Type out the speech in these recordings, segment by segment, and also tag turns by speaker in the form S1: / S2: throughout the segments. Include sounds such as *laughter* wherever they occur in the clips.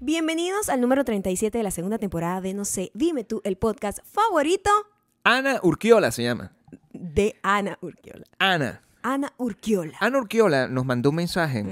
S1: Bienvenidos al número 37 de la segunda temporada de No sé, dime tú, el podcast favorito
S2: Ana Urquiola se llama.
S1: de Ana Urquiola.
S2: Ana.
S1: Ana Urquiola. Mm.
S2: Ana Urquiola nos mandó un mensaje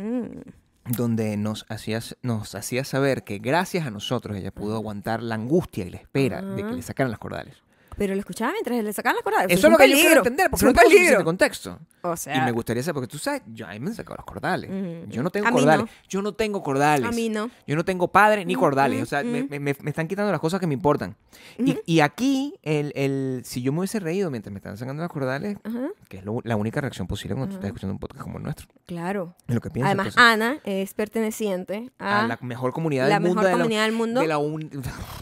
S2: donde nos hacía, nos hacía saber que gracias a nosotros ella pudo aguantar la angustia y la espera de que le sacaran las cordales.
S1: Pero lo escuchaba mientras le sacaban las cordadas.
S2: Eso es lo que yo quiero entender,
S1: es
S2: porque no
S1: un
S2: tengo suficiente
S1: peligro.
S2: contexto.
S1: O
S2: y
S1: sea,
S2: me gustaría saber, porque tú sabes, yo, a mí me han sacado los cordales.
S1: Mm.
S2: Yo no tengo
S1: A mí
S2: cordales.
S1: no.
S2: Yo no tengo cordales.
S1: A mí no.
S2: Yo no tengo padres ni
S1: Mm,
S2: cordales.
S1: mm,
S2: o sea, me,
S1: mm.
S2: me- me- me están quitando las cosas que me importan. Y- y, aquí, el, el- si yo me hubiese reído mientras me estaban sacando los cordales,
S1: Ajá,
S2: que es lo- la única reacción posible cuando tú estás escuchando un podcast como el nuestro.
S1: claro.
S2: Es lo que piensas.
S1: Además,
S2: entonces,
S1: Ana es perteneciente a,
S2: a la mejor comunidad
S1: la
S2: del mundo.
S1: mejor comunidad del mundo.
S2: de la un- *laughs*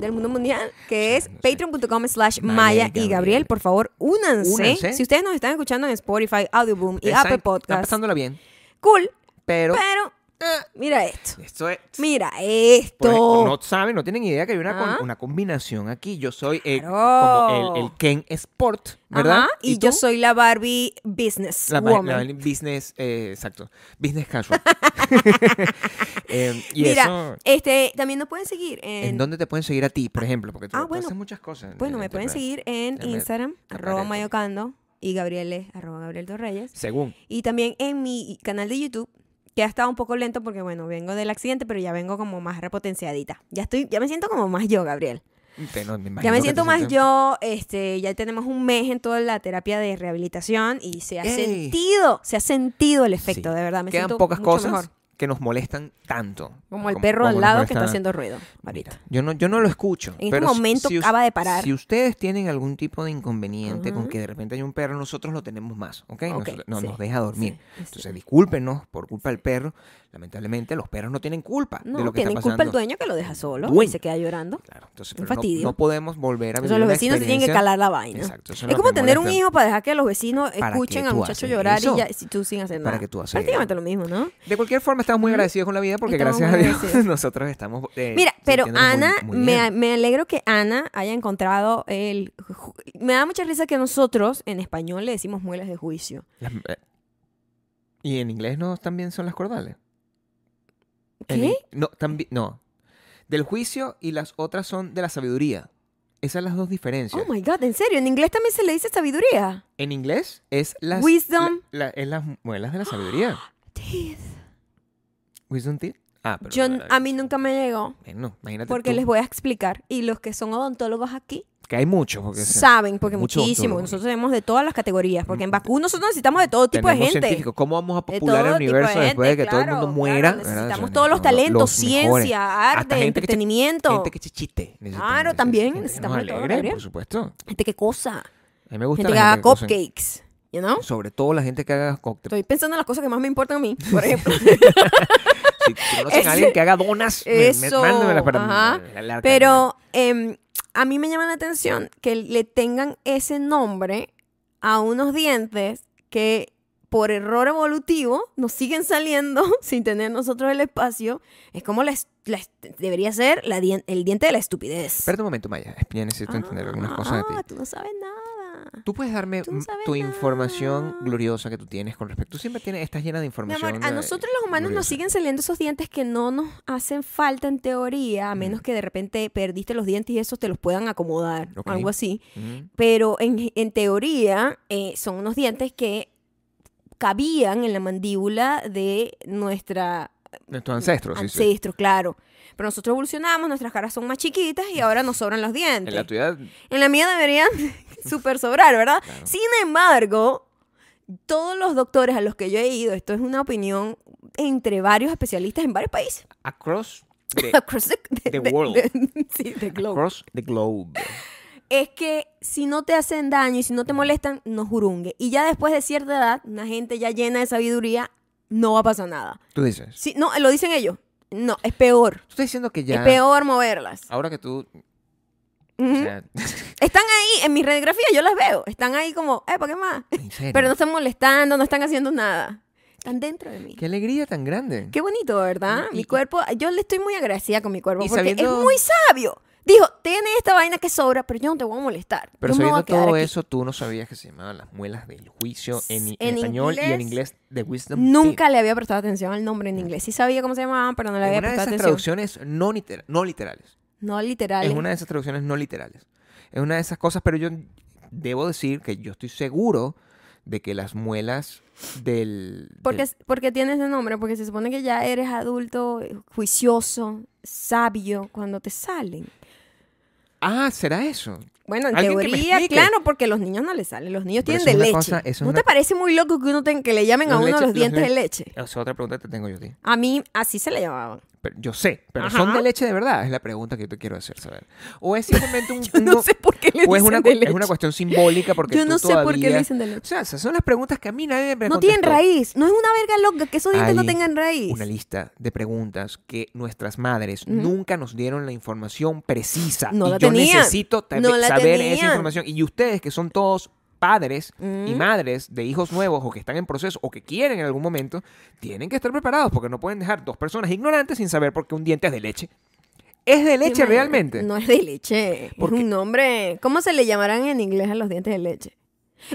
S1: del mundo mundial, que es
S2: no sé.
S1: patreon.com slash
S2: Maya
S1: Maya y
S2: y
S1: Gabriel.
S2: Gabriel.
S1: Por favor, únanse.
S2: Únanse.
S1: Si ustedes nos están escuchando en Spotify, Audioboom y
S2: Ustedes saben
S1: Apple
S2: que Están
S1: Podcast,
S2: pasándola bien,
S1: cool,
S2: pero...
S1: pero
S2: eh,
S1: mira esto.
S2: esto es...
S1: Mira
S2: Por ejemplo,
S1: esto.
S2: no saben, no tienen idea que hay una, con-
S1: Ajá.
S2: una combinación aquí. Yo soy eh,
S1: Claro.
S2: como el, el Ken Sport, ¿verdad?
S1: Ajá, y, yo
S2: tú?
S1: soy la Barbie Business
S2: la, ma-
S1: Woman.
S2: la business, eh, exacto, business
S1: *laughs*
S2: casual. *laughs* Eh, y
S1: Mira,
S2: eso,
S1: este, también nos pueden seguir en...
S2: ¿en dónde te pueden seguir a ti, por ejemplo? Porque tú,
S1: Ah,
S2: tú
S1: bueno.
S2: haces muchas cosas.
S1: Bueno,
S2: eh,
S1: me
S2: te-
S1: pueden seguir en
S2: déjame
S1: Instagram,
S2: tapar
S1: arroba
S2: esto.
S1: mayocando y Gabriel es arroba Gabriel Torreyes.
S2: Según.
S1: Y también en mi canal de YouTube, que ha estado un poco lento porque, bueno, vengo del accidente, pero ya vengo como más repotenciadita. Ya estoy, ya me siento como más yo, Gabriel.
S2: Te- no, me
S1: Ya
S2: imagino
S1: me
S2: que
S1: siento
S2: te
S1: más
S2: sientes-
S1: yo, este, ya tenemos un mes en toda la terapia de rehabilitación y se ha
S2: Ey.
S1: sentido, se ha sentido el efecto,
S2: Sí.
S1: de verdad. Me
S2: Quedan
S1: siento
S2: pocas
S1: mucho
S2: cosas
S1: mejor.
S2: que nos molestan tanto.
S1: Como el perro al
S2: nos
S1: lado que está
S2: molesta-
S1: haciendo ruido ahorita.
S2: Mira, yo no, yo no lo escucho.
S1: En este
S2: pero si-
S1: momento
S2: si us-
S1: acaba de parar.
S2: Si ustedes tienen algún tipo de inconveniente con
S1: Ajá.
S2: que de repente hay un perro, nosotros lo tenemos más, ¿ok? Nos-
S1: Ok,
S2: no
S1: sí,
S2: nos deja dormir.
S1: sí, sí.
S2: Entonces, discúlpenos por culpa del perro. Lamentablemente, los perros no tienen culpa
S1: No,
S2: de lo que
S1: tienen
S2: está
S1: culpa
S2: pasando.
S1: el dueño que lo deja solo y
S2: Dueño.
S1: se queda llorando.
S2: Claro, entonces,
S1: Un
S2: pero no-
S1: fastidio.
S2: No, podemos volver a
S1: O
S2: vivir
S1: sea, los
S2: una
S1: vecinos se tienen que
S2: experiencia-
S1: calar la vaina.
S2: Exacto, eso es
S1: es
S2: lo que
S1: como tener un
S2: molesta.
S1: hijo para dejar que los vecinos
S2: ¿Para qué
S1: escuchen al
S2: tú
S1: muchacho
S2: haces
S1: llorar
S2: eso?
S1: y ya, si tú sin hacer nada.
S2: ¿Para qué tú haces
S1: Prácticamente lo mismo, ¿no?
S2: De cualquier forma, estamos muy agradecidos con la vida porque
S1: Estamos
S2: gracias a
S1: muy
S2: Dios *laughs*
S1: agradecidos.
S2: nosotros estamos. eh,
S1: Mira, pero
S2: sintiéndonos muy-
S1: Ana,
S2: muy
S1: me,
S2: bien.
S1: me alegro que Ana haya encontrado el... ju- Me da mucha risa que nosotros en español le decimos muelas de juicio.
S2: Las- eh, ¿Y en inglés no también son las cordales? En
S1: ¿Qué?
S2: in- No, también, no. Del juicio y las otras son de la sabiduría. Esas son las dos diferencias.
S1: Oh my God, ¿en serio? ¿En inglés también se le dice sabiduría?
S2: en inglés es las...
S1: Wisdom.
S2: la- la- es las muelas de
S1: *gasps*
S2: la sabiduría.
S1: Teeth.
S2: Wisdom teeth. Ah, pero...
S1: Yo,
S2: no era
S1: a mí
S2: eso.
S1: nunca me llegó
S2: Bueno, imagínate
S1: porque
S2: tú,
S1: les voy a explicar y los que son odontólogos aquí
S2: que hay muchos. Porque se-
S1: saben, porque
S2: mucho
S1: muchísimo.
S2: odontólogo.
S1: Nosotros tenemos de todas las categorías, porque en vacuno nosotros necesitamos de todo tipo de
S2: tenemos
S1: gente.
S2: científicos. ¿Cómo vamos a
S1: De
S2: popular el
S1: todo tipo de
S2: universo después de
S1: gente,
S2: que todo el
S1: claro,
S2: mundo muera?
S1: claro,
S2: ¿verdad?
S1: necesitamos
S2: O sea,
S1: todos los
S2: necesitamos
S1: talentos,
S2: los mejores.
S1: ciencia,
S2: Hasta
S1: arte,
S2: gente que se-
S1: entretenimiento.
S2: Gente que chiste.
S1: Claro, también necesitamos de todo, Gabriel.
S2: por supuesto.
S1: Gente que cosa.
S2: A mí me gusta
S1: Gente que
S2: la
S1: haga
S2: gente que cocina.
S1: cupcakes. You know?
S2: Sobre todo la gente que haga cócteles.
S1: Estoy pensando en las cosas que más me importan a mí. Por
S2: *laughs*
S1: ejemplo.
S2: Si
S1: *laughs*
S2: conocen
S1: Ese-
S2: a alguien que haga donas, me- me-
S1: Eso.
S2: mándenmelas para
S1: Ajá.
S2: la- la- la-
S1: Pero em, a mí me llama la atención que le tengan ese nombre a unos dientes que por error evolutivo nos siguen saliendo *laughs* sin tener nosotros el espacio. Es como la es- la es- debería ser la dien- el diente de la estupidez.
S2: Espérate un momento, Maya. Ya necesito entender algunas cosas de
S1: Ah,
S2: ti.
S1: tú no sabes nada.
S2: Tú puedes darme
S1: tú no
S2: mm,
S1: sabes
S2: tu
S1: nada.
S2: información gloriosa que tú tienes con respecto. Tú siempre tienes, estás llena de
S1: Mi
S2: información.
S1: amor, a
S2: eh,
S1: nosotros los humanos nos
S2: gloriosa.
S1: siguen saliendo esos dientes que no nos hacen falta en teoría, a
S2: Mm.
S1: menos que de repente perdiste los dientes y esos te los puedan acomodar
S2: Ok.
S1: o algo así.
S2: Mm.
S1: Pero en, en teoría eh, son unos dientes que cabían en la mandíbula de nuestra
S2: Nuestros ancestros, sí, sí.
S1: ancestro, claro. Pero nosotros evolucionamos, nuestras caras son más chiquitas y ahora nos sobran los dientes.
S2: Mm. En la tuya,
S1: En la mía deberían *laughs* super sobrar, ¿verdad?
S2: Claro.
S1: Sin embargo, todos los doctores a los que yo he ido, esto es una opinión entre varios especialistas en varios países. *laughs*
S2: across the,
S1: Across the,
S2: The world.
S1: de- *laughs* sí, the globe.
S2: across the globe.
S1: Es que si no te hacen daño y si no te molestan, no jurungue. Y ya después de cierta edad, una gente ya llena de sabiduría, no va a pasar nada.
S2: Tú dices.
S1: Sí, no, lo dicen ellos. No, es peor.
S2: Tú estás diciendo que ya.
S1: Es peor moverlas.
S2: Ahora que tú. o
S1: Ujú.
S2: sea,
S1: Están ahí, en mis radiografías yo las veo. Están ahí como, eh, ¿para qué más?
S2: *laughs* en serio.
S1: Pero no están molestando, no están haciendo nada. Están dentro de mí. Qué,
S2: Qué alegría tan grande.
S1: bonito, ¿verdad?
S2: Y-
S1: mi
S2: y-
S1: cuerpo, yo le estoy muy agradecida con mi cuerpo
S2: y
S1: porque es
S2: sabiendo-
S1: muy sabio. Dijo, tiene esta vaina que sobra, pero yo no te voy a molestar.
S2: Pero
S1: yo me voy
S2: sabiendo
S1: a quedar
S2: todo
S1: aquí".
S2: eso, tú no sabías que se llamaban las muelas del juicio en, en
S1: En
S2: español y en
S1: inglés,
S2: inglés The Wisdom Teeth.
S1: Nunca le había prestado atención al nombre en inglés. Sí sabía cómo se llamaban, pero no le
S2: Es
S1: había
S2: una de esas
S1: prestado atención.
S2: traducciones no, liter- no literales.
S1: No literal.
S2: Es una de esas traducciones no literales. Es una de esas cosas, pero yo debo decir que yo estoy seguro de que las muelas del...
S1: Porque,
S2: del-
S1: porque tiene ese nombre, porque se supone que ya eres adulto, eh, juicioso, sabio, cuando te salen.
S2: Ah, ¿será eso?
S1: Bueno, en
S2: Alguien que me
S1: teoría,
S2: explique.
S1: claro, porque los niños no les salen, los niños
S2: Pero
S1: tienen
S2: eso es
S1: de
S2: una
S1: leche.
S2: cosa- eso es
S1: ¿No
S2: una-
S1: te parece muy loco que uno ten- que le llamen a
S2: Los
S1: uno
S2: leche-
S1: los
S2: los
S1: dientes de
S2: le-
S1: leche?
S2: Esa es otra pregunta que te tengo yo a ti.
S1: A mí así se le llamaban. *laughs*
S2: Pero yo sé, pero ¿son
S1: Ajá.
S2: de leche de verdad? Es la pregunta que yo te quiero hacer saber. O
S1: *laughs*
S2: es simplemente un...
S1: Yo no,
S2: no-
S1: sé por qué le
S2: o es
S1: dicen
S2: una,
S1: de
S2: cu-
S1: leche.
S2: es una cuestión simbólica porque
S1: Yo
S2: tú
S1: no sé por qué le
S2: todavía-
S1: dicen de leche.
S2: O sea, esas son las preguntas que a mí nadie me
S1: No tienen
S2: contestó.
S1: raíz. No es una verga loca que esos dientes no
S2: Hay
S1: tengan raíz.
S2: Una lista de preguntas que nuestras madres
S1: Ujú.
S2: nunca nos dieron la información precisa.
S1: No
S2: y
S1: la
S2: yo
S1: tenían.
S2: necesito ta-
S1: No la
S2: saber esa
S1: tenían.
S2: información. Y ustedes que son todos padres y
S1: Mm.
S2: madres de hijos nuevos o que están en proceso o que quieren en algún momento, tienen que estar preparados porque no pueden dejar dos personas ignorantes sin saber por qué un diente es de leche. ¿Es de leche
S1: Imagínate,
S2: realmente?
S1: No es de leche.
S2: ¿Por
S1: es
S2: qué?
S1: un nombre. ¿Cómo se le llamarán en inglés a los dientes de leche?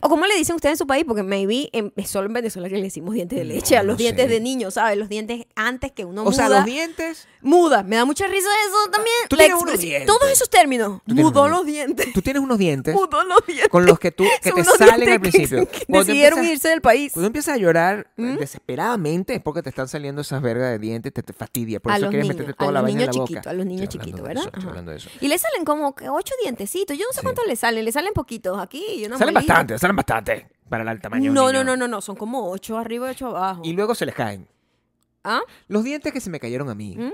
S1: ¿O cómo le dicen ustedes en su país? Porque maybe en, es solo en Venezuela que le decimos dientes de
S2: No,
S1: leche a los
S2: Mm, no
S1: dientes
S2: sé.
S1: de niños, ¿sabes? Los dientes antes que uno
S2: o
S1: muda.
S2: sea, los dientes...
S1: Muda. Me da mucha risa eso también.
S2: Tú
S1: La
S2: tienes unos
S1: expresión-
S2: dientes.
S1: Todos esos términos.
S2: Tú tienes
S1: Mudó
S2: unos
S1: los dientes.
S2: Tú tienes unos
S1: *laughs*
S2: dientes
S1: Mudó los dientes.
S2: con los que tú que
S1: Son
S2: te
S1: unos
S2: salen al
S1: dientes que- *laughs*
S2: principio.
S1: que
S2: Cuando tú
S1: decidieron
S2: empiezas-
S1: irse del país.
S2: Cuando empiezas Pues, a llorar eh,
S1: ¿Mm?
S2: desesperadamente es porque te están saliendo esas vergas de dientes, te, te fastidia. Por
S1: A
S2: eso
S1: los
S2: quieres
S1: niños,
S2: meterte
S1: a
S2: toda la
S1: los
S2: vaina en la
S1: niños
S2: boca.
S1: chiquitos, a los niños
S2: Estoy hablando
S1: chiquitos,
S2: de
S1: ¿verdad?
S2: eso, estoy
S1: Ajá.
S2: hablando de eso.
S1: Y le salen como que ocho dientecitos. Yo no sé
S2: Sí.
S1: cuántos le salen. Le salen poquitos aquí y una
S2: Salen
S1: molita.
S2: bastante, salen bastante para el tamaño. de un
S1: No,
S2: niño.
S1: no, no, no, no. Son como ocho arriba y ocho abajo.
S2: Y luego se les caen.
S1: ¿Ah?
S2: Los dientes que se me cayeron a mí
S1: ¿Mm?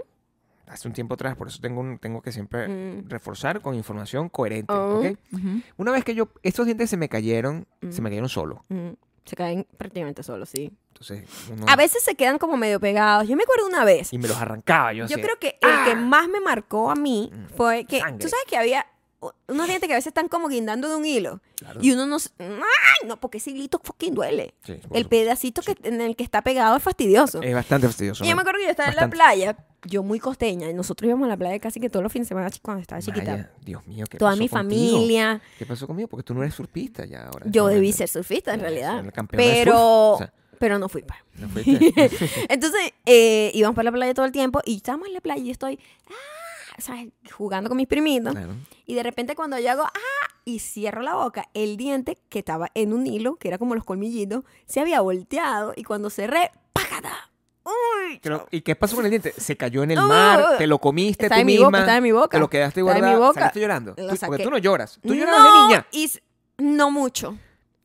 S2: hace un tiempo atrás, por eso tengo, un- tengo que siempre
S1: Mm.
S2: reforzar con información coherente.
S1: Oh.
S2: ¿ok?
S1: Ujú.
S2: Una vez que yo, estos dientes se me cayeron, se
S1: Mm.
S2: me cayeron solo.
S1: Mm. Se caen prácticamente solos, sí.
S2: Entonces, uno-
S1: A veces se quedan como medio pegados. Yo me acuerdo una vez.
S2: Ah. y me los arrancaba. Yo,
S1: Yo
S2: hacía,
S1: creo que el que más me marcó a mí
S2: Mm.
S1: fue que.
S2: Sangre.
S1: Tú sabes que había u- unos dientes que a veces están como guindando de un hilo.
S2: Claro.
S1: Y uno no. s- ¡Ay! No, porque ese hilito fucking duele.
S2: Sí, por
S1: El
S2: supuesto.
S1: pedacito que, en el que está pegado es fastidioso.
S2: es bastante fastidioso.
S1: Y yo
S2: ¿no?
S1: me acuerdo que yo estaba
S2: Bastante.
S1: en la playa, yo muy costeña, y nosotros íbamos a la playa casi que todos los fines de semana chi- cuando estaba chiquita.
S2: Vaya, Dios mío, ¿qué
S1: Toda
S2: pasó
S1: mi
S2: contigo?
S1: familia.
S2: ¿Qué pasó conmigo? Porque tú no eres surfista ya ahora.
S1: Yo
S2: Ahora
S1: debí
S2: eres-
S1: ser surfista en
S2: eres
S1: realidad.
S2: la campeona de surf.
S1: Pero,
S2: O sea,
S1: pero no fui pues. para.
S2: no fuiste.
S1: *laughs* Entonces, eh, íbamos para la playa todo el tiempo y estábamos en la playa y yo estoy, ah, ¿sabes? Jugando con mis primitos.
S2: *laughs* Claro.
S1: Y de repente cuando yo hago, ah, y cierro la boca, el diente que estaba en un hilo, que era como los colmillitos, se había volteado y cuando cerré, ¡pácata! ¡Uy!
S2: Pero, ¿Y qué pasó con el diente? Se cayó en el
S1: Uh,
S2: mar, te lo comiste
S1: Está
S2: tú
S1: en mi
S2: misma.
S1: boca, está en mi boca.
S2: Te lo
S1: Está
S2: quedaste
S1: en
S2: guardado.
S1: mi boca.
S2: Saliste llorando.
S1: Lo
S2: Tú- porque
S1: saqué.
S2: tú no lloras. Tú llorabas de
S1: No,
S2: niña.
S1: y s- no mucho.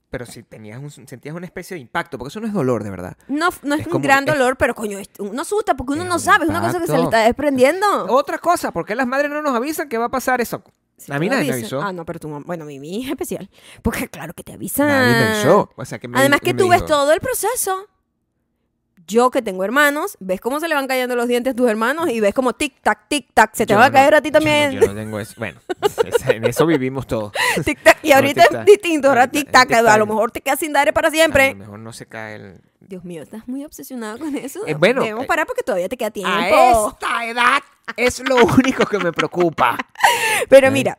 S2: Pero si tenías un, sentías una especie de impacto, porque eso no es dolor, de verdad.
S1: No, f- no es,
S2: Es
S1: un
S2: como-
S1: gran
S2: es-
S1: dolor, pero coño, es- uno asusta porque uno
S2: Es
S1: no
S2: un
S1: sabe, es una cosa que se le
S2: impacto.
S1: está desprendiendo.
S2: Otra cosa, ¿por qué las madres no nos avisan que va a pasar eso?
S1: Si
S2: a
S1: tú
S2: mí
S1: lo
S2: nadie me
S1: dices-
S2: avisó.
S1: Ah, no, pero tu mam- bueno, mi hija es especial. Porque claro que te avisan.
S2: Nadie me avisó. O sea, que me-
S1: Ah. Además que
S2: me
S1: tú ves
S2: dijo,
S1: todo el proceso. Yo que tengo hermanos, ves cómo se le van cayendo los dientes a tus hermanos y ves como tic tac tic tac, se te
S2: yo
S1: va a
S2: no-
S1: caer a ti
S2: yo no-
S1: también.
S2: Yo
S1: *laughs*
S2: no, tengo eso. Bueno, *laughs* en eso vivimos todos.
S1: tic tac y
S2: No,
S1: ahorita
S2: tic-tac.
S1: es distinto, ahora
S2: Ahorita es
S1: tic tac, a lo
S2: tic-tac.
S1: mejor te quedas sin aire para
S2: A
S1: siempre.
S2: lo mejor no se cae el,
S1: Dios mío, estás muy obsesionado con eso.
S2: Eh, bueno,
S1: debemos
S2: eh,
S1: parar porque todavía te queda tiempo.
S2: A esta edad es lo único que me preocupa.
S1: Pero
S2: Ok.
S1: mira,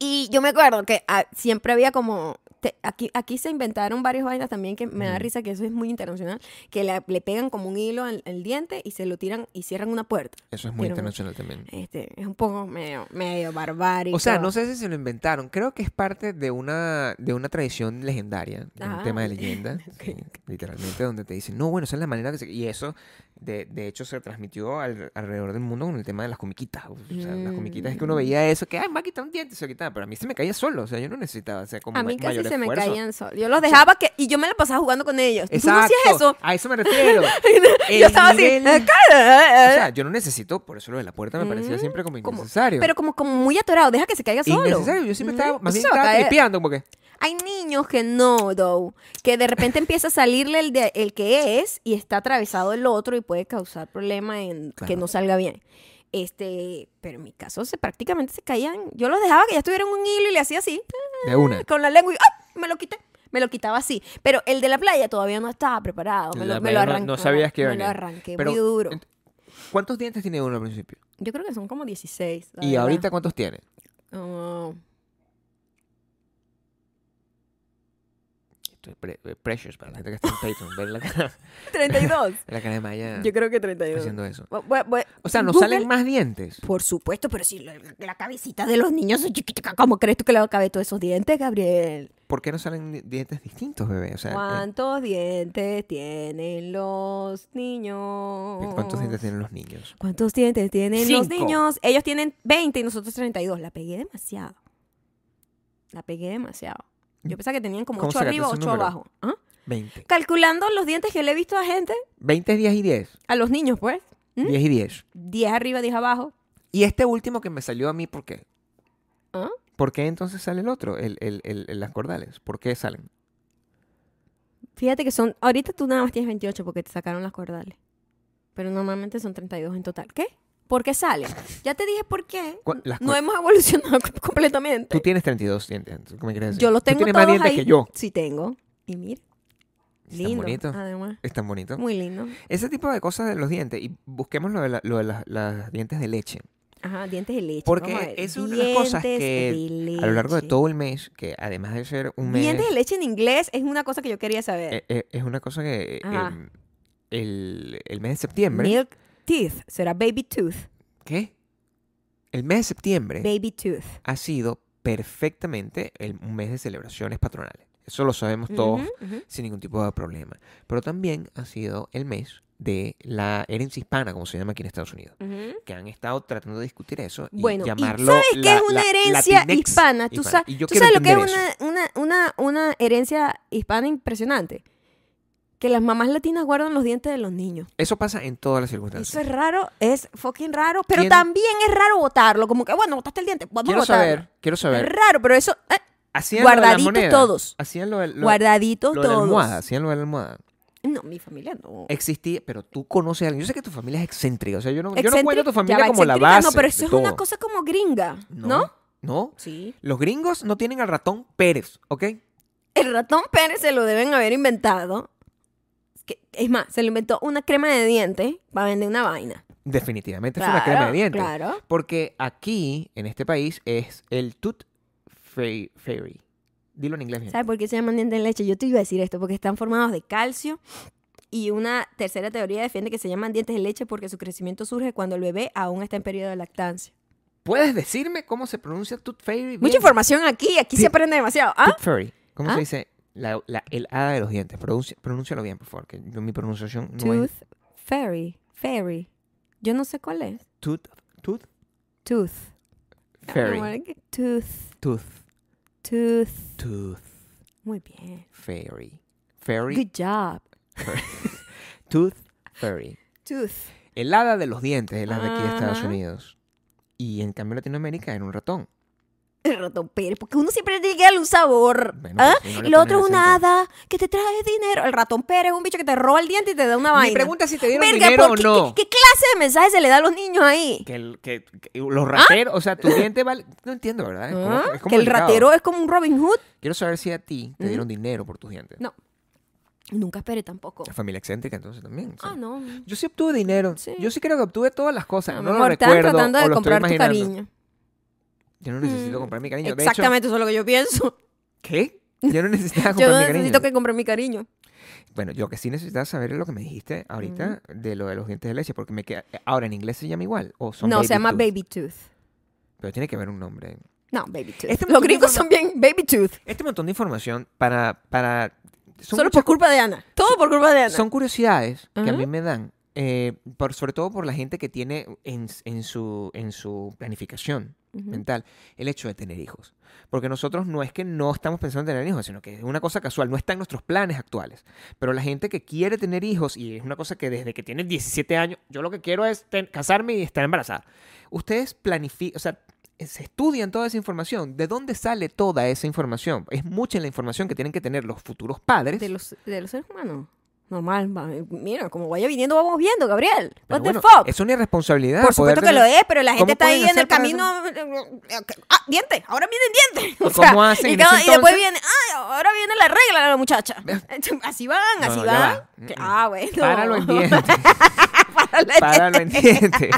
S1: y yo me acuerdo que ah, siempre había como... te- aquí, aquí se inventaron varias vainas también que me da
S2: Ujú.
S1: risa, que eso es muy internacional, que la- le pegan como un hilo al, al diente y se lo tiran y cierran una puerta.
S2: Eso es muy
S1: Pero-
S2: internacional también.
S1: Este, es un poco medio, medio barbario.
S2: O sea, no sé si se lo inventaron. Creo que es parte de una, de una tradición legendaria, de un
S1: Ah,
S2: tema de
S1: *laughs*
S2: leyenda, sí, literalmente, donde te dicen, no, bueno, esa es la manera que se... Y eso, de, de hecho, se transmitió al- alrededor del mundo con el tema de las comiquitas. O sea, las comiquitas es que
S1: Mm.
S2: uno veía eso, que, ay, me va a quitar un diente, se lo quitaba. Pero a mí se me caía solo, o sea, yo no necesitaba hacer como
S1: A
S2: ma-
S1: mí casi
S2: mayor
S1: se me
S2: esfuerzo.
S1: caían solos. Yo los dejaba que... Y yo me la pasaba jugando con ellos. ¿Tú no
S2: Exacto,
S1: hacías eso? *laughs*
S2: a eso me refiero. El
S1: yo estaba así...
S2: nivel-
S1: "Eh,
S2: O
S1: cara, eh, eh". *laughs*
S2: sea, yo no necesito, por eso lo de la puerta me parecía
S1: Mm,
S2: siempre como
S1: como-
S2: innecesario.
S1: Pero como, como muy atorado, deja que se caiga solo.
S2: innecesario, yo siempre
S1: Mm,
S2: estaba, más
S1: eso
S2: bien
S1: se va a
S2: estaba
S1: caer.
S2: tripeando como que,
S1: Hay niños que no, though, que de repente empieza a salirle el, de- el que es y está atravesado el otro y puede causar problema en que
S2: Claro.
S1: no salga bien. Este, pero en mi caso se prácticamente se caían. Yo los dejaba que ya estuvieran un hilo y le hacía así
S2: de una.
S1: con la lengua y ¡ah! me lo quité. Me lo quitaba así, pero el de la playa todavía no estaba preparado. Me
S2: La
S1: lo, me
S2: playa
S1: lo
S2: no-
S1: arranqué.
S2: no sabías que iba a
S1: Me lo
S2: venir.
S1: arranqué
S2: Pero,
S1: muy duro.
S2: ent- ¿Cuántos dientes tiene uno al principio?
S1: Yo creo que son como 16. la
S2: ¿Y
S1: verdad.
S2: ahorita cuántos tiene?
S1: *laughs* Como-
S2: Esto es pre- eh, precious para la gente que está en Patreon. Ver la cara, *laughs*
S1: 32.
S2: la cara de Maya
S1: Yo creo que 32.
S2: haciendo eso.
S1: Bu- bu- bu-
S2: O sea, ¿nos
S1: Google-
S2: salen más dientes?
S1: Por supuesto, pero si la, la cabecita de los niños es chiquitica, ¿cómo crees tú que le cabe todos esos dientes, Gabriel?
S2: ¿Por qué no salen di- dientes distintos, bebé? O sea, eh,
S1: ¿Cuántos dientes tienen los niños?
S2: ¿cuántos dientes tienen los niños?
S1: ¿Cuántos dientes tienen los
S2: Cinco.
S1: niños? Ellos tienen 20 y nosotros 32. La pegué demasiado. La pegué demasiado. Yo pensaba que tenían como
S2: Mm. ¿Cómo
S1: 8
S2: sacaste
S1: arriba,
S2: ese
S1: 8
S2: número?
S1: abajo. ¿Ah?
S2: 20.
S1: Calculando los dientes que le he visto a gente,
S2: 20 es 10 y 10.
S1: a los niños, pues. ¿Mm?
S2: 10 y 10.
S1: 10 arriba, 10 abajo.
S2: Y este último que me salió a mí, ¿por qué?
S1: ¿Ah?
S2: ¿Por qué entonces sale el otro, el, el, el- el- las cordales? ¿Por qué salen?
S1: Fíjate que son. Ahorita tú nada más tienes 28 porque te sacaron las cordales. Pero normalmente son 32 en total. ¿Qué? ¿Por qué sale? Ya te dije por qué.
S2: Cu- las
S1: No
S2: cor-
S1: hemos evolucionado *laughs* com- completamente.
S2: Tú tienes 32 dientes. entonces, ¿Qué me quieres decir?
S1: Yo los tengo
S2: Tú tienes
S1: todos
S2: más dientes
S1: ahí.
S2: que yo.
S1: Sí tengo. Y mira.
S2: Está
S1: Lindo.
S2: bonito.
S1: Además.
S2: Es tan bonito.
S1: Muy lindo.
S2: Ese tipo de cosas de los dientes. Y busquemos lo de, la- lo de las, las dientes de leche.
S1: Ajá, dientes de leche.
S2: Porque
S1: vamos a ver.
S2: es una de las cosas
S1: Dientes
S2: que
S1: de
S2: A lo largo de
S1: leche.
S2: todo el mes, que además de ser un mes...
S1: Dientes de leche en inglés es una cosa que yo quería saber.
S2: eh, eh, es una cosa que eh,
S1: Ajá.
S2: em, el, el mes de septiembre...
S1: Milk teeth. Será baby tooth.
S2: ¿Qué? El mes de septiembre
S1: Baby tooth.
S2: ha sido perfectamente el, un mes de celebraciones patronales. Eso lo sabemos todos
S1: Ujú, ujú.
S2: sin ningún tipo de problema. Pero también ha sido el mes de la herencia hispana, como se llama aquí en Estados Unidos.
S1: Ujú.
S2: Que han estado tratando de discutir eso y
S1: Bueno, ¿y
S2: llamarlo.
S1: ¿sabes qué
S2: la-
S1: es una
S2: la-
S1: herencia
S2: Latinex
S1: hispana? ¿Tú,
S2: hispana.
S1: sa-
S2: Y yo
S1: tú
S2: quiero
S1: sabes lo que es
S2: entender
S1: una, una, una, una herencia hispana impresionante? Que las mamás latinas guardan los dientes de los niños.
S2: Eso pasa en todas las circunstancias.
S1: Eso es raro, es fucking raro, pero
S2: ¿Quién-
S1: también es raro botarlo. Como que, bueno, botaste el diente, vamos a
S2: quiero
S1: botarlo.
S2: saber, quiero
S1: Es
S2: saber.
S1: raro, pero eso, eh,
S2: Hacían lo de la
S1: Guardaditos
S2: moneda,
S1: todos.
S2: Hacían lo, de- lo-
S1: guardaditos
S2: lo de la almohada.
S1: todos.
S2: Hacían lo de la almohada.
S1: No, mi familia no.
S2: Existía, pero tú conoces a alguien. Yo sé que tu familia es excéntrica. O sea, yo no, yo no
S1: Excéntrica-
S2: cuento a tu
S1: ya va,
S2: familia como la
S1: excéntrica
S2: base.
S1: No, pero
S2: de
S1: eso es
S2: todo.
S1: una cosa como gringa, ¿no?
S2: No. No.
S1: Sí.
S2: Los gringos no tienen al ratón Pérez, ¿ok?
S1: El ratón Pérez se lo deben haber inventado. Es que- Es más, se lo inventó una crema de dientes para vender una vaina.
S2: Definitivamente
S1: claro,
S2: es una crema de dientes.
S1: Claro.
S2: Porque aquí, en este país, es el Tooth Fairy. fairy. Dilo en inglés bien.
S1: ¿Sabes por qué se llaman dientes de leche? Yo te iba a decir esto, porque están formados de calcio. Y una tercera teoría defiende que se llaman dientes de leche porque su crecimiento surge cuando el bebé aún está en periodo de lactancia.
S2: ¿Puedes decirme cómo se pronuncia Tooth Fairy? bien?
S1: Mucha información aquí, aquí
S2: Sí.
S1: se aprende demasiado. ¿Ah?
S2: Tooth Fairy. ¿Cómo
S1: ¿Ah?
S2: se dice la, la- el hada de los dientes? Pronuncia, pronúncialo bien, por favor, que yo- mi pronunciación no
S1: Tooth
S2: es...
S1: fairy, fairy. Yo no sé cuál es.
S2: Tooth, tooth
S1: Tooth. Ah,
S2: Fairy.
S1: Tooth,
S2: Tooth,
S1: tooth.
S2: tooth
S1: Muy bien.
S2: Fairy. Fairy,
S1: Good job.
S2: tooth Fairy.
S1: Tooth.
S2: El hada de los dientes es la de aquí de Estados
S1: Ajá.
S2: Unidos. Y en cambio Latinoamérica era un ratón.
S1: El ratón Pérez, porque uno siempre tiene que darle un sabor.
S2: Bueno,
S1: ¿ah?
S2: pero si no le
S1: y lo otro es
S2: pones
S1: una
S2: acento.
S1: hada que te trae dinero. El ratón Pérez es un bicho que te roba el diente y te da una vaina.
S2: Mi pregunta es si te dieron
S1: Verga,
S2: dinero o
S1: ¿por qué-
S2: no.
S1: ¿qué, qué clase de mensaje se le da a los niños ahí?
S2: Que, el- que- que los rateros, o sea, tu diente vale... No entiendo, ¿verdad? Es como-
S1: ¿Ah?
S2: ¿eh? es como
S1: Que el
S2: delicado.
S1: ratero es como un Robin Hood.
S2: Quiero saber si a ti te
S1: Ujú.
S2: dieron dinero por tus dientes.
S1: No. Nunca esperé tampoco.
S2: La familia excéntrica entonces también. o sea.
S1: Ah, no.
S2: Yo sí obtuve dinero.
S1: Sí.
S2: Yo sí creo que obtuve todas las cosas.
S1: No, mi
S2: No, lo
S1: amor, estaban
S2: recuerdo
S1: tratando
S2: o
S1: de
S2: lo estoy
S1: comprar tu
S2: imaginando.
S1: cariño.
S2: Yo no necesito
S1: Mm,
S2: comprar mi cariño. De hecho,
S1: Exactamente, eso es lo que yo pienso.
S2: ¿qué? Yo no necesitaba
S1: *laughs* Yo
S2: comprar
S1: no
S2: mi cariño.
S1: necesito que compre mi cariño.
S2: Bueno, yo que sí necesitaba saber es lo que me dijiste ahorita de lo de los dientes de leche, porque me queda... Ahora, ¿en inglés se llama igual? ¿O son
S1: No, se llama
S2: tooth?
S1: Baby Tooth.
S2: Pero tiene que haber un nombre.
S1: No, Baby Tooth.
S2: Este
S1: los
S2: montón de
S1: gringos son bien Baby Tooth.
S2: Este montón de información para... para son
S1: Solo
S2: muchas
S1: por culpa de Ana. Todo por culpa de Ana.
S2: Son curiosidades que a
S1: Ajá.
S2: mí me dan, eh, por, sobre todo por la gente que tiene en, en su, en su planificación
S1: Ujú.
S2: mental el hecho de tener hijos. Porque nosotros no es que no estamos pensando en tener hijos, sino que es una cosa casual, no está en nuestros planes actuales. Pero la gente que quiere tener hijos, y es una cosa que desde que tiene 17 años, yo lo que quiero es ten- casarme y estar embarazada. Ustedes planifican, o sea, se estudian toda esa información. ¿De dónde sale toda esa información? Es mucha la información que tienen que tener los futuros padres.
S1: De los, de los seres humanos. Normal, va- eh, mira, como vaya viniendo, vamos viendo, Gabriel.
S2: Pero
S1: What the
S2: bueno,
S1: fuck?
S2: Es una irresponsabilidad.
S1: Por
S2: poder
S1: supuesto que
S2: tener-
S1: lo es, pero la gente
S2: ¿Cómo
S1: está ahí
S2: pueden
S1: en el
S2: hacer para
S1: camino. Ah, dientes, ahora vienen dientes. *laughs* O
S2: ¿Cómo
S1: sea,
S2: hacen
S1: y,
S2: en
S1: cada-
S2: ese
S1: y después
S2: entonces?
S1: viene, ay, ahora viene la regla de la muchacha. *laughs* Así van,
S2: No,
S1: así
S2: no, ya
S1: van.
S2: va. Mm, mm.
S1: *laughs* Ah, bueno.
S2: Páralo en dientes.
S1: no le
S2: Para lo entiende.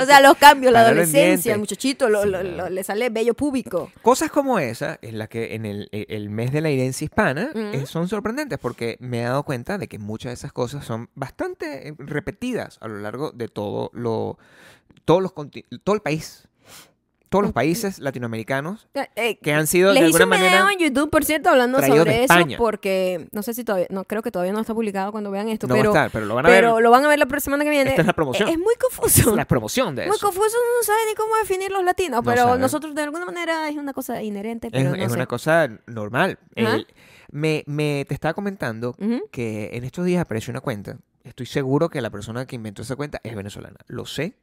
S1: O sea, los cambios, la
S2: Para lo
S1: adolescencia,
S2: entiende.
S1: el muchachito, lo-
S2: Sí,
S1: lo-
S2: claro.
S1: lo- le sale bello púbico.
S2: Cosas como esa es la que en el, e- el mes de la herencia hispana
S1: Mm.
S2: eh, son sorprendentes porque me he dado cuenta de que muchas de esas cosas son bastante eh, repetidas a lo largo de todo lo todos los conti- todo el país. Todos los países latinoamericanos
S1: Eh, eh,
S2: que han sido de
S1: Les hice
S2: alguna
S1: un video
S2: manera
S1: en YouTube, por cierto, hablando
S2: traído de
S1: sobre eso,
S2: España.
S1: porque no sé si todavía, no creo que todavía no está publicado cuando vean esto,
S2: no va a
S1: pero,
S2: estar, pero lo van a
S1: pero
S2: ver.
S1: lo van a ver la próxima semana que viene.
S2: Esta es la
S1: Es,
S2: promoción.
S1: es muy confuso.
S2: la promoción de
S1: Muy
S2: eso.
S1: confuso, uno no sabe ni cómo definir los latinos,
S2: No
S1: pero
S2: sabe.
S1: nosotros de alguna manera es una cosa inherente,
S2: Es,
S1: pero no
S2: es
S1: sé.
S2: una cosa normal.
S1: Ajá.
S2: El- me, me- te estaba comentando
S1: Ujú.
S2: que en estos días apareció una cuenta. Estoy seguro que la persona que inventó esa cuenta es venezolana. Lo sé.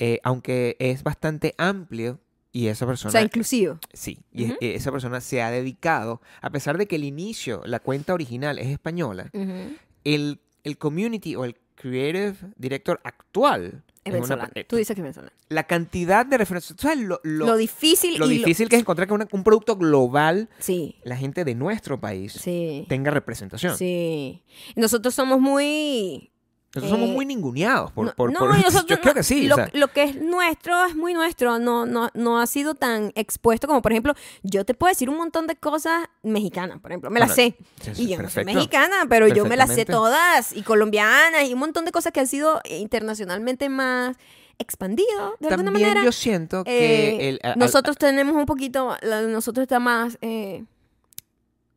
S2: Eh, aunque es bastante amplio y esa persona...
S1: O sea, inclusivo.
S2: sí. Y,
S1: Ujú.
S2: y esa persona se ha dedicado, a pesar de que el inicio, la cuenta original es española,
S1: Ujú.
S2: el, el community o el creative director actual...
S1: Es
S2: una-
S1: venezolano.
S2: eh,
S1: Tú dices que es venezolano.
S2: La cantidad de referencias... ¿Sabes lo,
S1: Lo,
S2: lo,
S1: difícil
S2: lo
S1: y lo-
S2: difícil que es encontrar que una- un producto global
S1: Sí,
S2: la gente de nuestro país
S1: sí,
S2: tenga representación.
S1: sí. Nosotros somos muy...
S2: Nosotros somos
S1: Eh,
S2: muy ninguneados por...
S1: No,
S2: por-
S1: no,
S2: *laughs* por-
S1: nosotros
S2: yo
S1: no-
S2: creo que sí. o
S1: Lo,
S2: sea,
S1: lo que es nuestro es muy nuestro. No, no, no ha sido tan expuesto como, por ejemplo, yo te puedo decir un montón de cosas mexicanas, por ejemplo. Me las
S2: Bueno,
S1: sé.
S2: sí, sí,
S1: Y yo no soy
S2: perfecto.
S1: mexicana, pero yo me las sé
S2: Perfectamente.
S1: todas. Y colombianas, y un montón de cosas que han sido internacionalmente más expandido, de alguna
S2: También
S1: manera.
S2: yo siento
S1: Eh,
S2: que... el- a- a-
S1: nosotros tenemos un poquito, la de nosotros está más... eh,